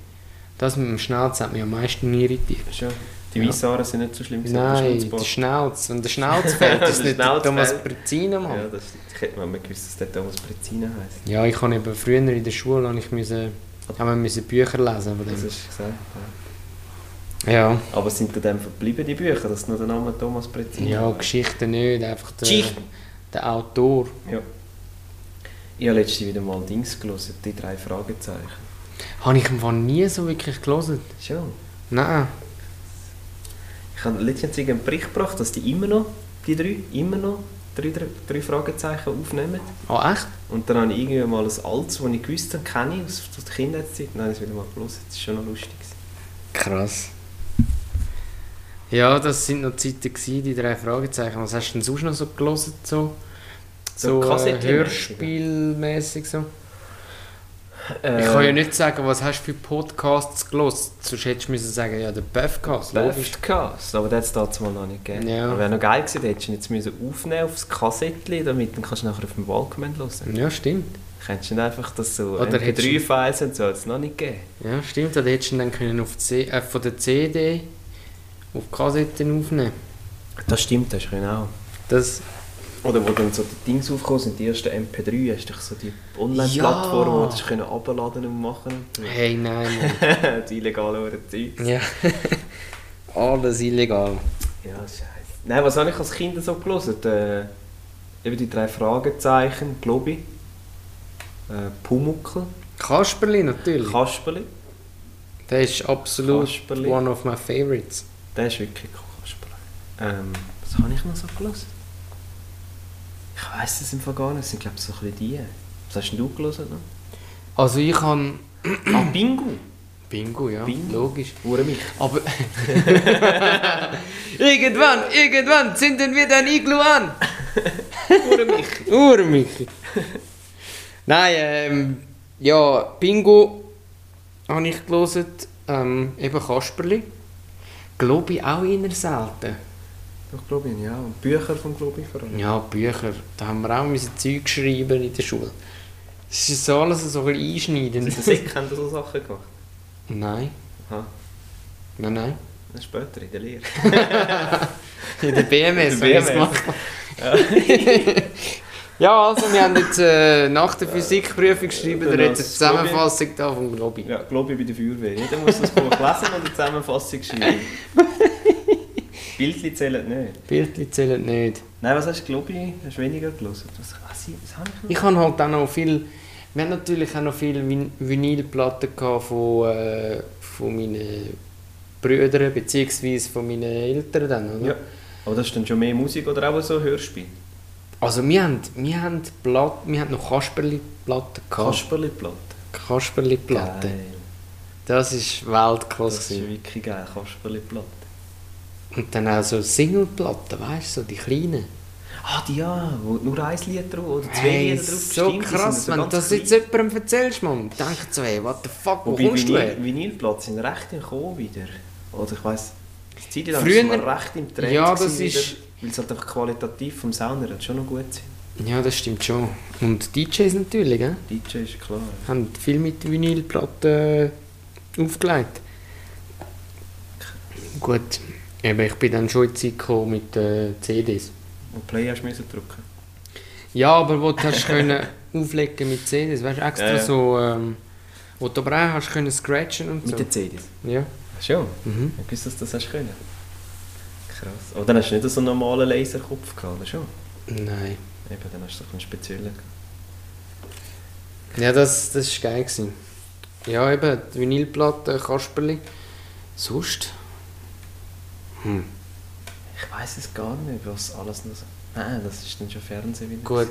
A: Das mit dem Schnauz hat mich am meisten irritiert.
B: Schon. Die
A: Ja.
B: weißen Haare sind nicht so schlimm gewesen, aber
A: Nein, der
B: Schnutzbart.
A: Schnauz. Wenn der Schnauz fällt, ist
B: Der
A: nicht der
B: Schnauz
A: Thomas
B: fehlt.
A: Brezina, Mann.
B: Ja, das ich hätte man gewusst, dass der Thomas Brezina heisst.
A: Ja, ich habe eben früher in der Schule habe ich müssen, haben wir müssen Bücher lesen. von dem.
B: Das hast du gesagt. Ja.
A: Ja.
B: Aber sind da dann verblieben die Bücher, dass nur der Name Thomas Brezina
A: ja,
B: heisst?
A: Geschichte nicht, einfach der,
B: Geschichte.
A: der Autor.
B: Ja. Ich habe letztens wieder mal Dings gelesen, die drei Fragezeichen.
A: Habe ich im Fall nie so wirklich gelesen.
B: Schon.
A: Nein.
B: Ich habe letztens einen Bericht gebracht, dass die immer noch, die drei, immer noch drei, drei, drei Fragezeichen aufnehmen.
A: Ah, echt?
B: Und dann habe ich irgendwie mal ein altes, das ich gewusst habe, kenne ich aus aus der Kindheitszeit. Nein, das wieder mal gelesen. Das ist schon noch lustig. gewesen.
A: Krass. Ja, das sind noch Zeiten gewesen, die drei Fragezeichen. Was hast du denn sonst noch so gelesen? So, so,
B: So
A: äh,
B: Kassettenmässig.
A: Hörspielmäßig so?
B: Äh.
A: ich kann ja nicht sagen, was hast du für Podcasts gelesen. Sonst hättest du müssen sagen, ja, der Buffcast, logisch.
B: Podcast, aber das hat es mal noch nicht gegeben.
A: Ja.
B: Aber wäre noch geil gewesen, hättest du ihn jetzt müssen aufnehmen aufs Kassettchen, damit dann kannst du nachher auf dem Walkman hören.
A: Ja, stimmt.
B: Könntest du nicht einfach das so
A: Oder hättest du-
B: MP3-Files und so, hat es noch nicht gegeben.
A: Ja, stimmt. Oder hättest du ihn dann können auf die C äh, von der CD auf die Kassetten aufnehmen
B: Das stimmt, das können
A: genau.
B: auch.
A: Das
B: Oder wo dann so die Dings aufgekommen sind, die ersten MP3, hast du dich so die Online-Plattform,
A: Ja.
B: wo du dich können abladen und machen und
A: Hey, nein.
B: so. Die illegale Ohren Zeug.
A: Mann. ja. Alles illegal.
B: Ja, scheiße. Nein, was habe ich als Kind so gelesen? Äh, eben die drei Fragezeichen, glaube ich. Äh, Pumuckl,
A: Kasperli natürlich.
B: Kasperli.
A: Der ist absolut
B: Kasperli.
A: one of my favorites.
B: Der ist wirklich cool, Kasperl. Ähm, was habe ich noch so gelesen? Ich weiß es im Fall gar nicht. Es sind, glaube ich, so ein bisschen die. Was hast denn du gelesen? Noch?
A: Also ich kann
B: ah, Bingo!
A: Bingo, ja,
B: Bingo.
A: logisch.
B: Hure mich.
A: Aber irgendwann, irgendwann zünden wir dein Iglu an.
B: Hure mich.
A: Urmichi. Nein, ähm, ja, Bingo habe ich gelesen, ähm, eben Kasperli. Glaube ich auch eher selten.
B: Doch, glaube ich, ja. Und Bücher von Globi vor allem.
A: Ja, Bücher, da haben wir auch müssen Zeug schreiben in der Schule. Das ist so alles so ein bisschen
B: In der
A: einschneidend.
B: Sek haben da so Sachen gemacht.
A: Nein,
B: Aha.
A: nein, nein.
B: Dann Später in der Lehre.
A: In der BMS.
B: In der
A: hab ich's
B: BMS.
A: gemacht.
B: Ja.
A: ja, also wir haben jetzt äh, nach der Physikprüfung geschrieben,
B: Dann
A: der jetzt eine
B: als Lobby.
A: Zusammenfassung da vom Lobby.
B: ja, glaube ich bei der Feuerwehr. Jeder muss das Buch lesen und eine Zusammenfassung schreiben. Bildchen zählen nicht.
A: Bildchen zählen nicht.
B: Nein, was hast du, glaube ich, hast du weniger gelesen? Was, was, was habe ich noch?
A: Ich habe halt auch noch viel, wir haben natürlich auch noch viele Vin Vinylplatten gehabt von, äh, von meinen Brüdern bzw. von meinen Eltern dann, oder?
B: Ja. Aber das ist dann schon mehr Musik oder auch so Hörspiel?
A: Also wir haben, wir haben, Platt, wir haben noch Kasperli-Platten gehabt.
B: Kasperli-Platte.
A: Kasperli-Platten.
B: Geil.
A: Das ist Weltklasse.
B: Das ist
A: gewesen.
B: wirklich geil, Kasperli-Platte.
A: Und dann auch so Singleplatten, weißt du, so die kleinen.
B: Ah, die ja, wo nur ein Lied drauf oder zwei
A: Hey,
B: Lieder drauf
A: so
B: bestimmt, die sind
A: krass,
B: so
A: wenn du
B: ganz
A: das
B: klein.
A: jetzt jemandem erzählst, man, denkt so, hey, what the fuck, wo
B: Wobei
A: kommst du
B: Vinyl,
A: her?
B: Vinylplatz sind recht im Kommen wieder. Oder ich weiss, die Zeit lang
A: Früher-
B: sind wir recht im Trend
A: Ja, das
B: gewesen
A: ist-
B: wieder, weil sie halt einfach qualitativ vom Sound her schon noch gut sind.
A: Ja, das stimmt schon. Und DJs natürlich, gell?
B: DJ ist klar.
A: Haben viel mit Vinylplatten äh, aufgelegt. Gut, eben, ich bin dann schon in die Zeit gekommen mit äh, CDs.
B: Und Play hast du müssen drücken.
A: Ja, aber wo du hast können auflegen mit CDs, weißt du, extra
B: Ja, ja.
A: so, ähm, wo du aber auch hast können scratchen und so.
B: Mit den CDs.
A: Ja.
B: Schon?
A: Mhm.
B: Ich wusste, dass du das hast können. Krass. Aber dann hast du nicht so einen normalen Laserkopf gehabt, oder schon?
A: Nein.
B: Eben, dann hast du so einen speziellen. gehabt.
A: Ja, das, das ist geil gewesen. Ja, eben, die Vinylplatte, Kasperli. Sonst? Hm.
B: Ich weiss es gar nicht, was alles noch so... Nein, das ist dann schon Fernsehen wieder.
A: Gut,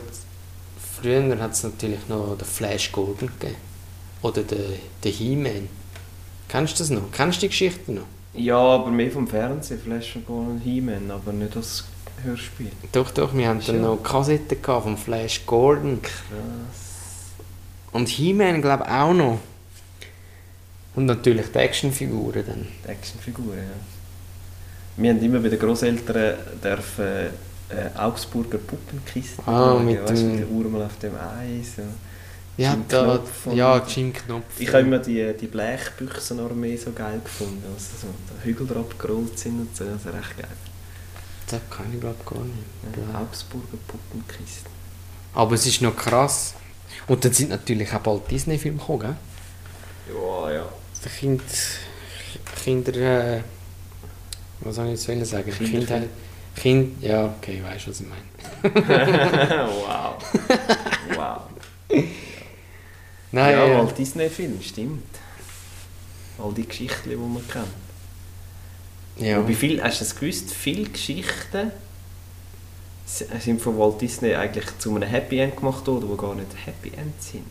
A: früher hat es natürlich noch den Flash Gordon gegeben. Oder den, den He-Man. Kennst du das noch? Kennst du die Geschichte noch?
B: Ja, aber mehr vom Fernsehen, Flash und Golden He-Man, aber nicht als Hörspiel.
A: Doch, doch, wir haben dann
B: Ja.
A: noch Kassetten gehabt vom Flash Gordon.
B: Krass.
A: Und He-Man, glaube ich, auch noch. Und natürlich die Actionfiguren dann.
B: Die Actionfiguren, ja. Wir haben immer bei den Grosseltern dürfen, äh, Augsburger Puppenkisten
A: Ah, mit
B: weißt,
A: dem-
B: mit der Urmel auf dem Eis. Und
A: Ja,
B: Jim
A: da,
B: Knopf und-
A: ja, Jim Knopf.
B: ich habe immer die, die Blechbüchsenarmee so geil gefunden, also so die Hügel abgerollt sind und so, also recht geil.
A: Das kann ich, glaube ich, gar nicht.
B: Ja. Augsburger Puppenkisten.
A: Aber es ist noch krass. Und dann sind natürlich auch bald Disney-Filme gekommen, gell?
B: Ja, ja.
A: Die Kind, Kinder. Äh, was soll ich jetzt wollen sagen?
B: Kinderfilm.
A: Kindheit. Kind. Ja, okay, weißt du, was ich meine.
B: wow. Wow.
A: Nein, äh,
B: ja,
A: ja,
B: Walt Disney-Film, stimmt. All die Geschichten, die man kennt.
A: ja.
B: Wobei viel, hast du das gewusst, viele Geschichten s- sind von Walt Disney eigentlich zu einem Happy End gemacht worden, die gar nicht Happy End sind.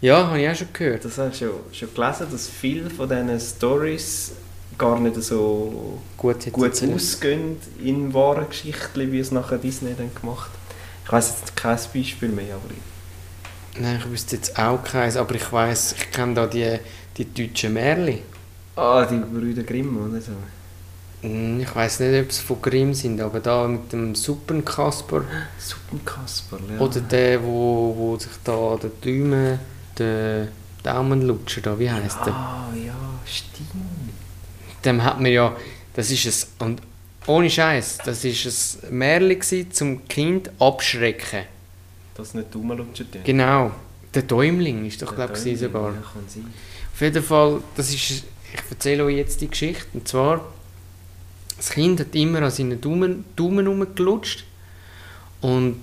A: ja, habe ich auch schon gehört.
B: Das hast du schon, schon gelesen, dass viele von diesen Stories gar nicht so
A: Gut, jetzt
B: gut
A: erzählen.
B: ausgehen in wahren Geschichten, wie es nachher Disney dann gemacht hat. Ich weiß jetzt kein Beispiel mehr, aber
A: Nein, ich wüsste jetzt auch keins, aber ich weiß, ich kenne da die, die deutschen Märchen.
B: Ah, die Brüder Grimm oder so.
A: Hm, Ich weiß nicht, ob es von Grimm sind, aber da mit dem Super Kasper.
B: Suppenkasper, ja.
A: Oder der, wo, wo sich da den Daumen, den Daumen lutscht, da, wie heisst der?
B: Ah, ja, stimmt.
A: Dem hat man ja, das ist es, und ohne Scheiß, das ist ein Märchen gewesen, zum Kind abschrecken.
B: Dass nicht dumm lutschen tun.
A: Genau, der Däumling ist doch,
B: Der
A: glaube ich,
B: Däumling,
A: sogar.
B: Ja, kann sein.
A: Auf jeden Fall, das ist, ich erzähle euch jetzt die Geschichte. Und zwar, das Kind hat immer an seinen Daumen, Daumen rumgelutscht. Und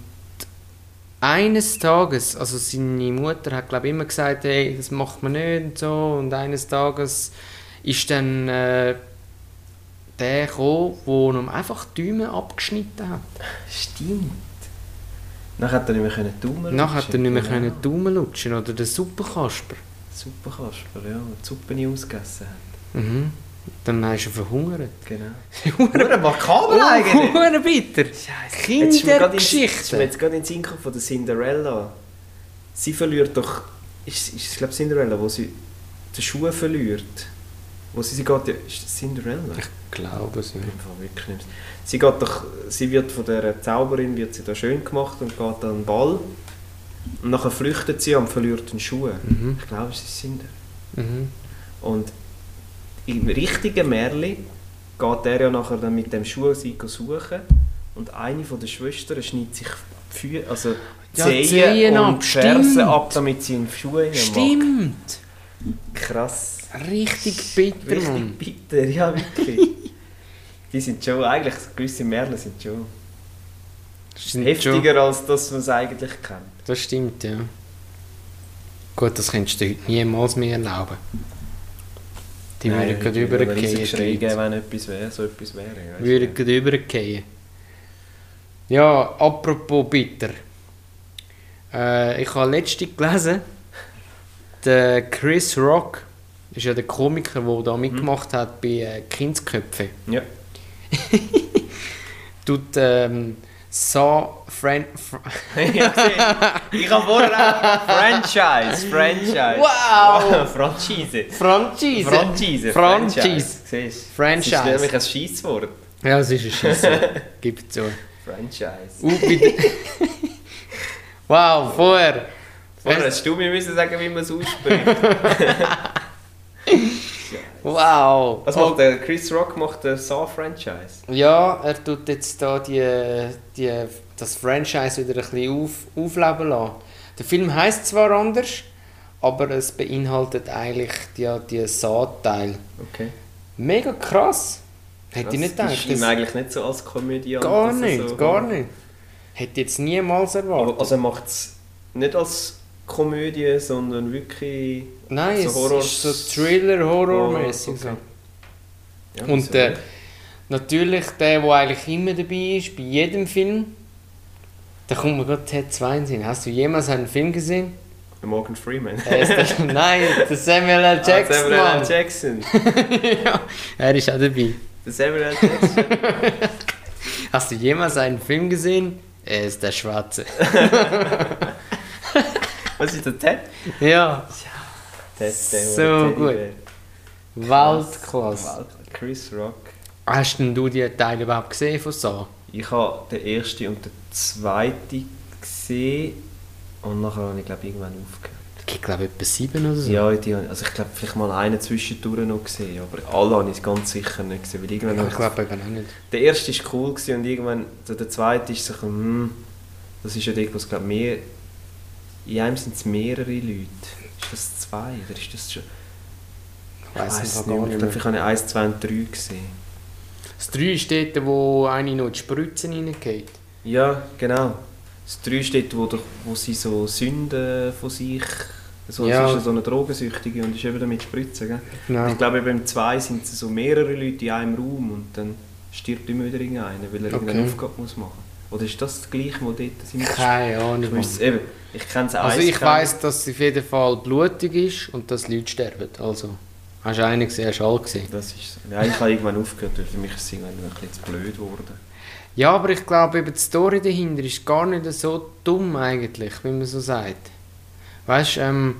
A: eines Tages, also seine Mutter hat glaube ich immer gesagt, hey, das macht man nicht und so. Und eines Tages ist dann äh, der gekommen, der ihm einfach die Daumen abgeschnitten hat.
B: Stimmt. Nachher hat er nicht mehr können Daumen
A: Nachher hat er nicht mehr
B: lutschen,
A: können die Daumen lutschen oder den Suppenkasper.
B: Suppenkasper, ja. Und die Suppe nie ausgegessen hat.
A: Mhm. Dann ist er verhungert.
B: Genau.
A: Hure
B: makaber
A: Hure bitter.
B: Scheisse. Jetzt ist mir gerade in-
A: Kindergeschichten.
B: ist mir Jetzt gerade in den Sinn gekommen von der Cinderella. Sie verliert doch... Ist, ist es, glaube ich, Cinderella, wo sie die Schuhe verliert? Wo sie, sie geht... ja- Ist das Cinderella?
A: Glaube es
B: Ich bin im Fall wirklich nicht mehr- Sie geht doch, sie wird von der Zauberin wird sie da schön gemacht und geht an den Ball und nachher flüchtet sie und verliert den Schuh.
A: Mhm.
B: Ich glaube, sie sind
A: Mhm.
B: Und im richtigen Märli geht er ja nachher dann mit dem Schuh sie suchen. Und eine von der Schwestern schneidet sich Fü also
A: Ja,
B: Zehen,
A: Zehen
B: und
A: ab,
B: Fersen
A: stimmt.
B: ab, damit sie in die Schuhe hineinmacht.
A: Stimmt!
B: Krass.
A: Richtig bitter, Mann.
B: Richtig bitter, ja wirklich. die sind schon, eigentlich gewisse Märchen sind schon
A: Das sind
B: heftiger als das, was man eigentlich kennt.
A: schon- Das stimmt, ja. Gut, das könntest du heute niemals mehr erlauben. Die würden gerade
B: übergehen.
A: übergehen.
B: wenn etwas wäre, so etwas wäre. ja, weisst du.
A: Würden gerade übergehen. Ja, apropos bitter. Äh, ich habe letztens gelesen, der Chris Rock ist ja der Komiker, der da mitgemacht hat bei äh, Kindsköpfe.
B: Ja.
A: Tut ähm, Saw Fran Fra
B: Ja, gesehen. ich habe vorher auch Franchise, Franchise.
A: Wow!
B: Franchise.
A: Franchise.
B: Franchise.
A: Franchise.
B: Siehst du?
A: Franchise.
B: Das ist nämlich ein Scheisswort.
A: Ja, es ist ein Scheiße. Gib zu.
B: Franchise.
A: Uh, bitte. wow, vorher.
B: Vorher hast du mir müssen sagen, wie man es ausspricht.
A: Wow.
B: Was macht der Chris Rock macht der Saw Franchise?
A: Ja, er tut jetzt da die, die, das Franchise wieder ein bisschen auf, aufleben lassen. Der Film heißt zwar anders, aber es beinhaltet eigentlich die, die Saatteil.
B: Okay.
A: Mega krass. Hätte ich nicht
B: Das ist
A: gedacht.
B: ihm
A: Das,
B: eigentlich nicht so als Komödiant.
A: gar
B: dass er
A: nicht,
B: so-
A: gar nicht. Hätte ich jetzt niemals erwartet.
B: Aber also er macht es nicht als Komödie, sondern wirklich.
A: Nein,
B: so
A: es
B: Horror-
A: ist so Thriller-Horror-mäßig.
B: Horror, okay. Ja,
A: Und
B: wieso
A: der-
B: nicht?
A: Natürlich der, der eigentlich immer dabei ist, bei jedem Film. Da kommt mir gerade T2 in den Sinn. Hast du jemals einen Film gesehen?
B: Der Morgan Freeman.
A: Er ist der, nein, der Samuel L.
B: Ah,
A: Ah, Jackson.
B: Samuel L.
A: Mann.
B: Jackson.
A: ja, er ist auch dabei.
B: Der Samuel L. Jackson.
A: Hast du jemals einen Film gesehen? Er ist der Schwarze.
B: Was ist der Ted?
A: Ja,
B: Ted
A: So
B: der
A: gut.
B: Teddybär.
A: Weltklasse.
B: Welt- Chris Rock.
A: Hast denn du die Teile überhaupt gesehen von so?
B: Ich habe den ersten und den zweiten gesehen und nachher habe ich glaube irgendwann aufgehört.
A: Es gibt glaube ich etwa sieben oder so.
B: Ja, die, habe ich- also ich glaube vielleicht mal einen zwischendurch noch gesehen, aber alle habe ich ganz sicher nicht gesehen, weil irgendwann habe
A: Ich
B: ich-
A: glaube eben auch nicht.
B: Der erste war cool gewesen und irgendwann, so der zweite ist so, ein bisschen, hm, das ist ja dort, wo es glaube mehr, in einem sind es mehrere Leute. Ist das zwei oder ist das schon?
A: Ich weiß
B: weiss
A: es
B: nicht
A: gar
B: mehr. Ich
A: nicht
B: glaube,
A: mehr.
B: ich habe eins, zwei und drei gesehen.
A: Das 3 ist dort, wo eine noch die Spritze reingeht.
B: Ja, genau. Das drei steht, wo, doch- wo sie so Sünden von sich, so,
A: Ja.
B: es ist ja so eine Drogensüchtige und ist eben damit spritzen, gell?
A: Genau.
B: Ich glaube, beim 2 sind es so mehrere Leute in einem Raum und dann stirbt immer wieder irgendeiner, weil er
A: Okay.
B: irgendeine Aufgabe muss machen muss. Oder ist das das gleiche, wo dort sind?
A: Keine
B: Ich,
A: Ahnung. Mann.
B: müsste es- eben, ich kenne es
A: Also ich weiß, dass es auf jeden Fall blutig ist und dass Leute sterben. Also, hast du einen gesehen, hast du alle gesehen.
B: Das ist, nein, ich habe irgendwann aufgehört, weil für mich ist es irgendwann ein bisschen zu blöd geworden.
A: Ja, aber ich glaube, eben die Story dahinter ist gar nicht so dumm eigentlich, wie man so sagt. Weißt du, ähm,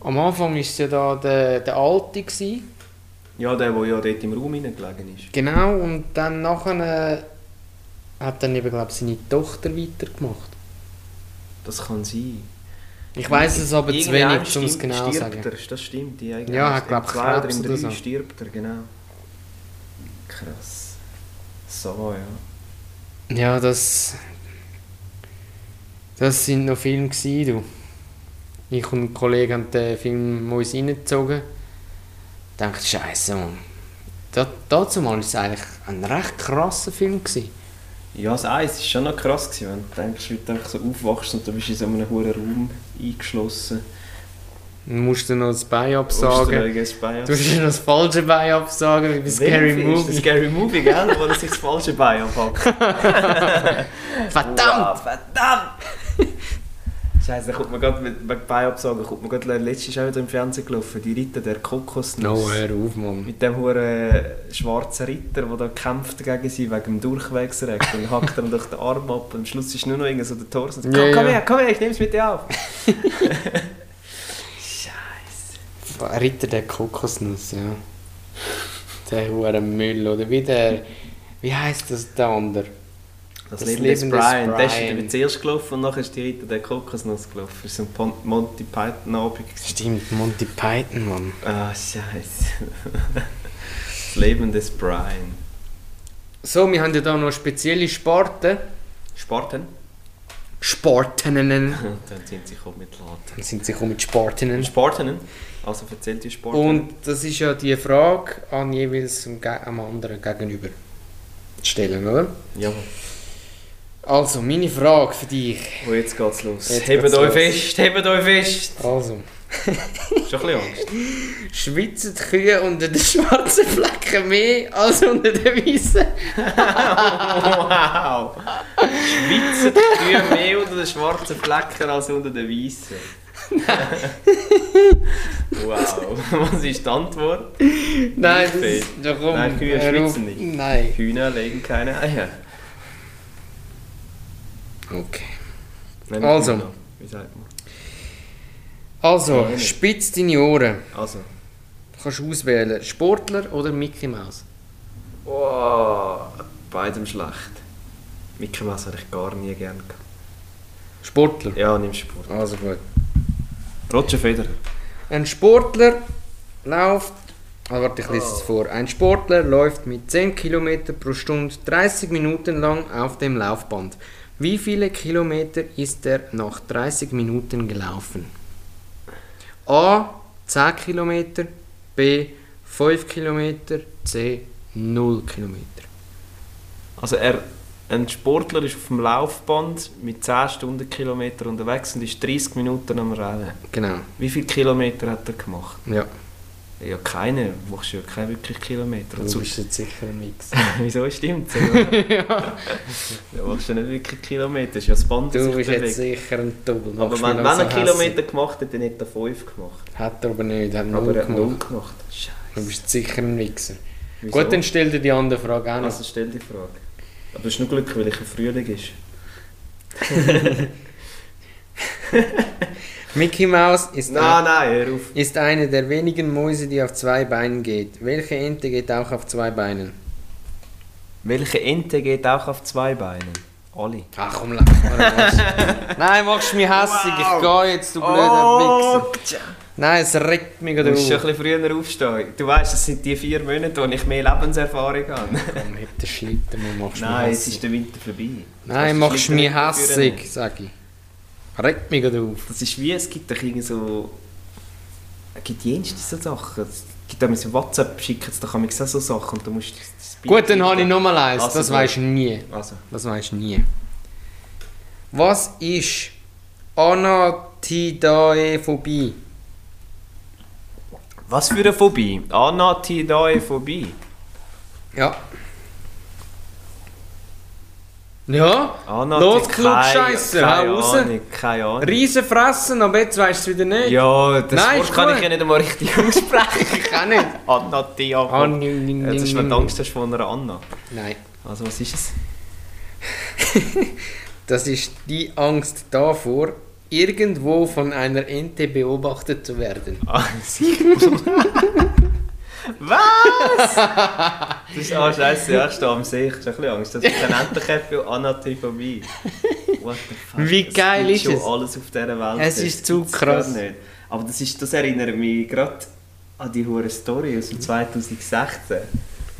A: am Anfang war es ja da der, der Alte. Gewesen.
B: Ja, der, der ja dort im Raum hineingelegen ist.
A: Genau, und dann nachher äh, hat dann eben, glaube ich, seine Tochter weitergemacht.
B: Das kann sein.
A: Ich weiß es aber zu
B: Irgendeinem
A: wenig, um es
B: stimmt-
A: genau zu
B: stirbt
A: sagen.
B: Er, das stimmt. Die eigene
A: Ja,
B: Angst.
A: ich glaub,
B: Im zwei
A: Krebs
B: im
A: oder
B: drei
A: so.
B: stirbt er, genau. Krass. So, ja.
A: Ja, das. Das sind noch Filme, gewesen, du. Ich und ein Kollege haben den Film uns reingezogen. Ich dachte, Scheiße, Mann. Da, dazu mal war es eigentlich ein recht krasser Film. Gewesen.
B: Ja, das Eis war schon noch krass, gewesen, wenn du denkst, wie du einfach so aufwachst und du bist in so einem hohen Raum eingeschlossen.
A: Du musst dir noch das Bein absagen.
B: Sagen.
A: Du musst dir noch das falsche Bein absagen, wie bei Scary
B: Ist das
A: Movie.
B: Scary Movie, gell? Wo er sich das falsche Bein anpackt.
A: Verdammt!
B: Wow, verdammt! Scheiße, da kommt man gerade mit mit Beinabsagen, kommt man gerade letztes auch wieder im Fernsehen gelaufen, die Ritter der Kokosnuss.
A: No, hör auf, Mann.
B: Mit dem hohen schwarzen Ritter, der da kämpft gegen sie wegen dem Durchwegsrecht und hackt ihm durch den Arm ab und am Schluss ist nur noch irgend so der Tor und sagt,
A: Ja,
B: komm, komm
A: ja.
B: her, komm her, ich nehm's mit dir auf.
A: Ritter der Kokosnuss, ja. Der hure Müll, oder wie der. Wie heißt das der andere?
B: Das,
A: Das
B: Leben,
A: Leben
B: des Brian.
A: des
B: Das ist
A: Brian.
B: eben zuerst gelaufen und nachher ist die Ritter der Kokosnuss gelaufen. Das war so ein Pon- Monty Python Abend.
A: Stimmt, Monty Python, Mann.
B: Ah, scheiße. das Leben des Brian.
A: So, wir haben ja da noch spezielle Sparten.
B: Sparten.
A: Spartenen.
B: Dann sind sie auch mit Laden.
A: Dann sind sie gekommen mit Spartenen.
B: Spartenen. Also erzählt ihr Spartenen.
A: Und das ist ja die Frage an jeweils dem Ge- am anderen gegenüber zu stellen, oder?
B: Ja.
A: Also, meine Frage für dich.
B: Und jetzt geht's los.
A: Jetzt
B: hebt
A: geht's
B: euch
A: los.
B: fest, hebt euch fest.
A: Also,
B: Schon ein bisschen Angst.
A: schwitzen die Kühe unter den schwarzen Flecken mehr als unter den weißen?
B: wow! Schweizer Kühe mehr unter den schwarzen Flecken als unter den weißen. wow, was ist die Antwort?
A: Nein, das
B: Nicht
A: ist ja, komm,
B: Nein, Kühe
A: hör auf.
B: schwitzen nicht.
A: Nein.
B: Hühner legen keine Eier.
A: Okay.
B: Nein,
A: Also.
B: Hühner. Wie sagt man?
A: Also,
B: Nein.
A: spitz deine Ohren.
B: Also.
A: Du kannst auswählen, Sportler oder Mickey Mouse.
B: Wow, beidem schlecht. Mickey Mouse hätte ich gar nie gern gehabt.
A: Sportler.
B: Ja, nimm Sport.
A: Also gut.
B: Roger Federer.
A: Ein Sportler läuft. Ah, warte, ich lese es vor. Ein Sportler läuft mit 10 km pro Stunde 30 Minuten lang auf dem Laufband. Wie viele Kilometer ist er nach 30 Minuten gelaufen? A. 10 Kilometer. B. 5 Kilometer. C. 0 Kilometer.
B: Also er, ein Sportler ist auf dem Laufband mit 10 Stundenkilometer unterwegs und ist 30 Minuten am Rennen.
A: Genau,
B: Wie viele Kilometer hat er gemacht?
A: ja.
B: Ja, keine. Du machst ja keine wirklich Kilometer. Und so-
A: jetzt sicher ein Mix.
B: Wieso stimmt's? ja. Du machst ja nicht wirklich Kilometer. Ist ja spannend,
A: Du bist jetzt sicher ein Double.
B: Aber
A: Machst
B: wenn,
A: mir
B: wenn
A: also
B: er einen
A: hässig.
B: Kilometer gemacht hat, dann hätte er 5 gemacht.
A: Hat er aber nicht, hat
B: Aber
A: null
B: er hat
A: gemacht.
B: 0 gemacht.
A: Du
B: Scheiße.
A: bist sicher ein Wichser.
B: Wieso?
A: Gut, dann stell dir die andere Frage auch noch.
B: Also stell die Frage. Aber es ist nur Glück, weil ich ein Frühling ist.
A: Mickey Mouse ist,
B: Nein, nein, hör auf.
A: ein- ist eine der wenigen Mäuse, die auf zwei Beinen geht. Welche Ente geht auch auf zwei Beinen?
B: Welche Ente geht auch auf zwei Beinen? Alle.
A: Ach komm, lass mal. Nein, machst du mich hässig. Ich
B: Wow.
A: gehe jetzt, du blöder Wichser.
B: tja.
A: Nein, es regt mich
B: Du
A: gerade
B: musst schon
A: auf.
B: ein bisschen früher aufstehen. Du weißt, es sind die vier Monate, wo ich mehr Lebenserfahrung habe.
A: Komm, heb den Schlitten, Mann, machst du mich
B: Nein, es ist
A: hässig.
B: der Winter vorbei.
A: Nein,
B: Du kannst
A: machst du
B: den
A: mich
B: Schlitten nicht mehr
A: hässig, sag ich. Regt mich gerade auf.
B: führen. Das ist wie, es gibt doch irgendwie so... Es gibt jenste so Sachen. Es gibt auch so WhatsApp, schicken sie doch manchmal auch so Sachen und du musst das- das Bild
A: Gut, dann habe ich
B: schicken.
A: nochmal eins.
B: Also
A: das
B: gut.
A: weisst du nie.
B: Also,
A: Das weiß nie. Was ist Anatidaephobie?
B: was für eine Phobie? Anatidaephobie.
A: Ja. Ja?
B: Anati
A: Los,
B: keine-
A: Klugscheisser,
B: keine
A: hau raus.
B: Ahnung, Keine Ahnung.
A: Riesen fressen, aber jetzt weißt du es wieder nicht.
B: Ja, das
A: Nein,
B: Wort
A: ist
B: kann
A: gut.
B: ich ja nicht einmal richtig aussprechen.
A: Ich kann nicht.
B: Anna-Diabo.
A: Ah, nim, nim,
B: Jetzt ist,
A: nim,
B: wenn
A: nim.
B: du Angst hast vor einer Anna.
A: Nein.
B: Also, was ist es?
A: Das ist die Angst davor, irgendwo von einer Ente beobachtet zu werden.
B: Ah, Sigmund. was? Das ist, ah, scheiße, ja, ich stehe am See. Ich habe ein bisschen Angst, dass ich kein Entenkäfer und Anna-Tee vorbei. What the fuck?
A: Wie geil
B: gibt
A: ist
B: schon
A: es?
B: alles auf dieser Welt.
A: Es
B: Das
A: ist zu
B: gibt's gar
A: krass.
B: Nicht. Aber das, ist, das erinnert mich gerade an die hure Story aus dem 2016.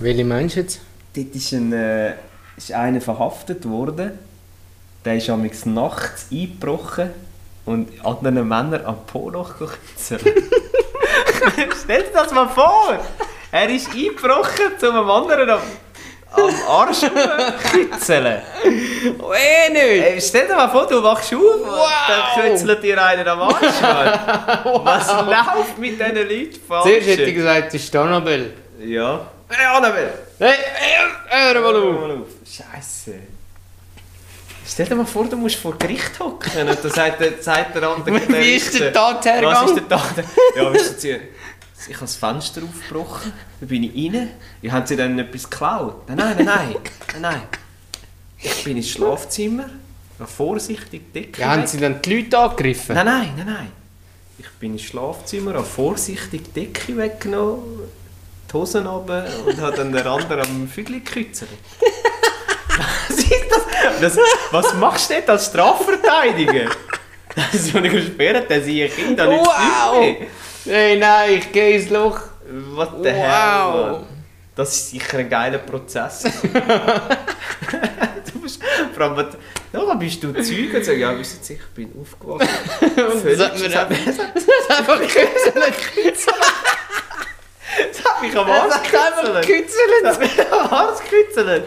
A: Welche meinst du jetzt?
B: Dort ist, ein, äh, ist einer verhaftet worden. Der ist amigs nachts eingebrochen und anderen Männern am Po nachgekitzeln. Stell dir das mal vor! Er ist eingebrochen, um einem anderen am, am Arsch kitzeln.
A: Oh, eh nicht!
B: Ey, stell dir mal vor, du wachst auf und dann kitzelt dir einer am Arsch. Mann. Was läuft mit diesen Leuten falsch?
A: Zuerst hätte ich gesagt, das ist Annabelle.
B: Ja. Hey, Annabelle!
A: Hey, hey, hör mal auf!
B: Scheiße. Stell dir mal vor, du musst vor Gericht hocken und dann sagt der, sagt der andere
A: Wie ist der
B: Gericht,
A: Tat
B: Was ist
A: hergegangen?
B: der Tat? Ja, wisst ihr, ich habe das Fenster aufgebrochen, dann bin ich rein. Ja, haben sie dann etwas geklaut? Nein, nein, nein, nein, nein, nein. Ich bin ins Schlafzimmer, habe vorsichtig die Decke
A: Ja, haben
B: weg-
A: sie dann die Leute angegriffen?
B: Nein, nein, nein, nein. Ich bin ins Schlafzimmer, habe vorsichtig die Decke weggenommen, die Hosen runter und habe dann den anderen am Fügel gekützelt. Was ist das? das? Was machst du nicht als Strafverteidiger? Das ist, wenn ich sperre, dann sehe ich Kinder nicht
A: Wow!
B: wow.
A: Hey, nein, ich gehe ins Loch.
B: What the hell?
A: Wow!
B: Mann. Das ist sicher ein geiler Prozess. du bist, vor allem, wenn du- nachher bist du Zeug und sagst, ja, wisst ihr, sicher, ich bin aufgewacht.
A: Und
B: Völlig-
A: das hat mir
B: das hat
A: dann-
B: mich-
A: das hat einfach gekützelt.
B: das hat mich am
A: Das
B: Arsch
A: hat einfach
B: gekützelt. Das
A: gekützelt.
B: hat mich am Arsch gekützelt.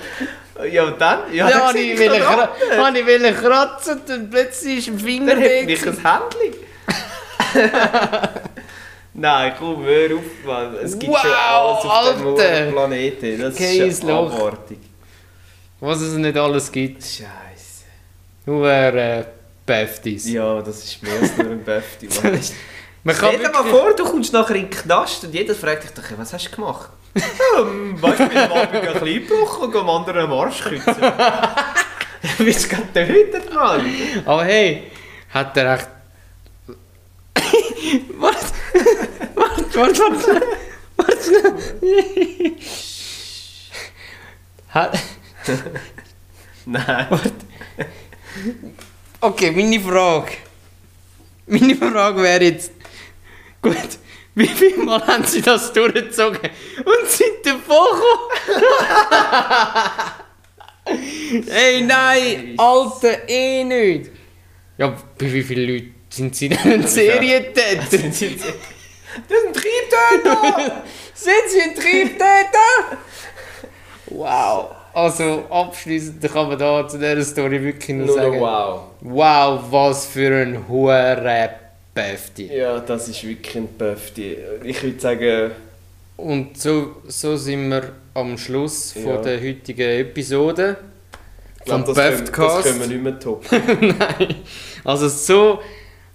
B: Ja, und dann?
A: Ja,
B: dann
A: ja
B: sehe
A: ich
B: ich
A: will
B: da dran.
A: kra- habe ich will kratzen und dann plötzlich ist ein Finger
B: Dann hätte
A: weg.
B: ich ein Händchen. Nein, komm, hör auf, Mann. Es gibt schon
A: Wow,
B: alles auf dem
A: Alter.
B: verdammten Planeten. Das ist
A: Geiles
B: eine
A: Loch.
B: Abartig.
A: Was es nicht alles gibt.
B: Scheiße.
A: Nur äh, Päftis.
B: Ja, das ist mehr als nur ein Böfti, Mann.
A: Man
B: Stell
A: kann
B: dir mal
A: wirklich...
B: vor, du kommst nachher in den Knast und jeder fragt dich, doch, was hast du gemacht? ähm, weißt du, ich bin am Abend einen Kleinbruch und am anderen einen Arsch kützen. du bist gerade behütet, Mann.
A: Aber Oh, hey, hat er echt... Warte. Warte, warte, warte. schnell. Warte schnell. Hat...
B: Nein.
A: Okay, meine Frage. Meine Frage wäre jetzt. Gut, wie viel Mal haben sie das durchgezogen und sind davon gekommen? Ey, nein, Alter, eh nicht. Ja, bei wie vielen Leuten sind sie denn ein Serientäter?
B: Sind sie jetzt... Das ist ein Triebtäter!
A: Sind sie ein Triebtäter? Wow. Also, abschließend kann man da zu dieser Story wirklich nur
B: Nur
A: sagen.
B: noch wow.
A: Wow, was für ein hoher Päfti.
B: Ja, das ist wirklich ein Böfti. Ich würde sagen...
A: Und so, so sind wir am Schluss von
B: Ja.
A: der heutigen Episode.
B: ich
A: Vom
B: glaub, das, können, das
A: Böftcast.
B: können wir nicht mehr toppen.
A: Nein. Also so,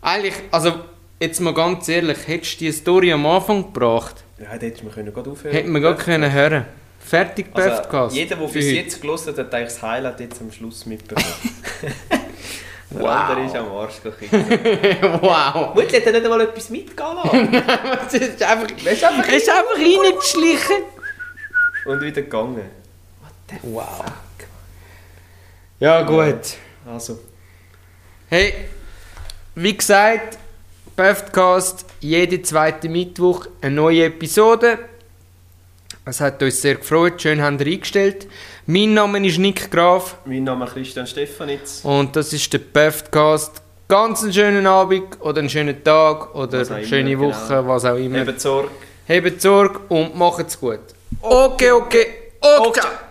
A: eigentlich, also jetzt mal ganz ehrlich, hättest du die Story am Anfang gebracht,
B: Ja, da hätten wir können gerade aufhören
A: hätten wir gar können hören. Fertig Päftcast.
B: also, Jeder, der
A: für
B: bis
A: heute.
B: jetzt gelesen hat, hat eigentlich das Highlight jetzt am Schluss mitbekommen. Der
A: Wow.
B: andere ist am Arsch gekriegt.
A: wow.
B: Mutti hat ja nicht einmal etwas mitgehen lassen.
A: Das ist einfach,
B: Er ist einfach
A: ist einfach reingeschlichen.
B: Und wieder gegangen.
A: Wow. Ja gut.
B: Also,
A: Hey, wie gesagt, Puffcast, jede zweite Mittwoch eine neue Episode. Es hat uns sehr gefreut, schön habt ihr eingestellt. Mein Name ist Nick Graf
B: mein Name ist Christian Stefanitz.
A: und das ist der Puffcast. Ganz einen schönen Abend oder einen schönen Tag oder
B: Was auch immer,
A: schöne
B: genau.
A: Woche, was auch immer.
B: Eben Sorge.
A: Hebt Sorge und macht's gut. Okay, okay, okay.
B: Okay.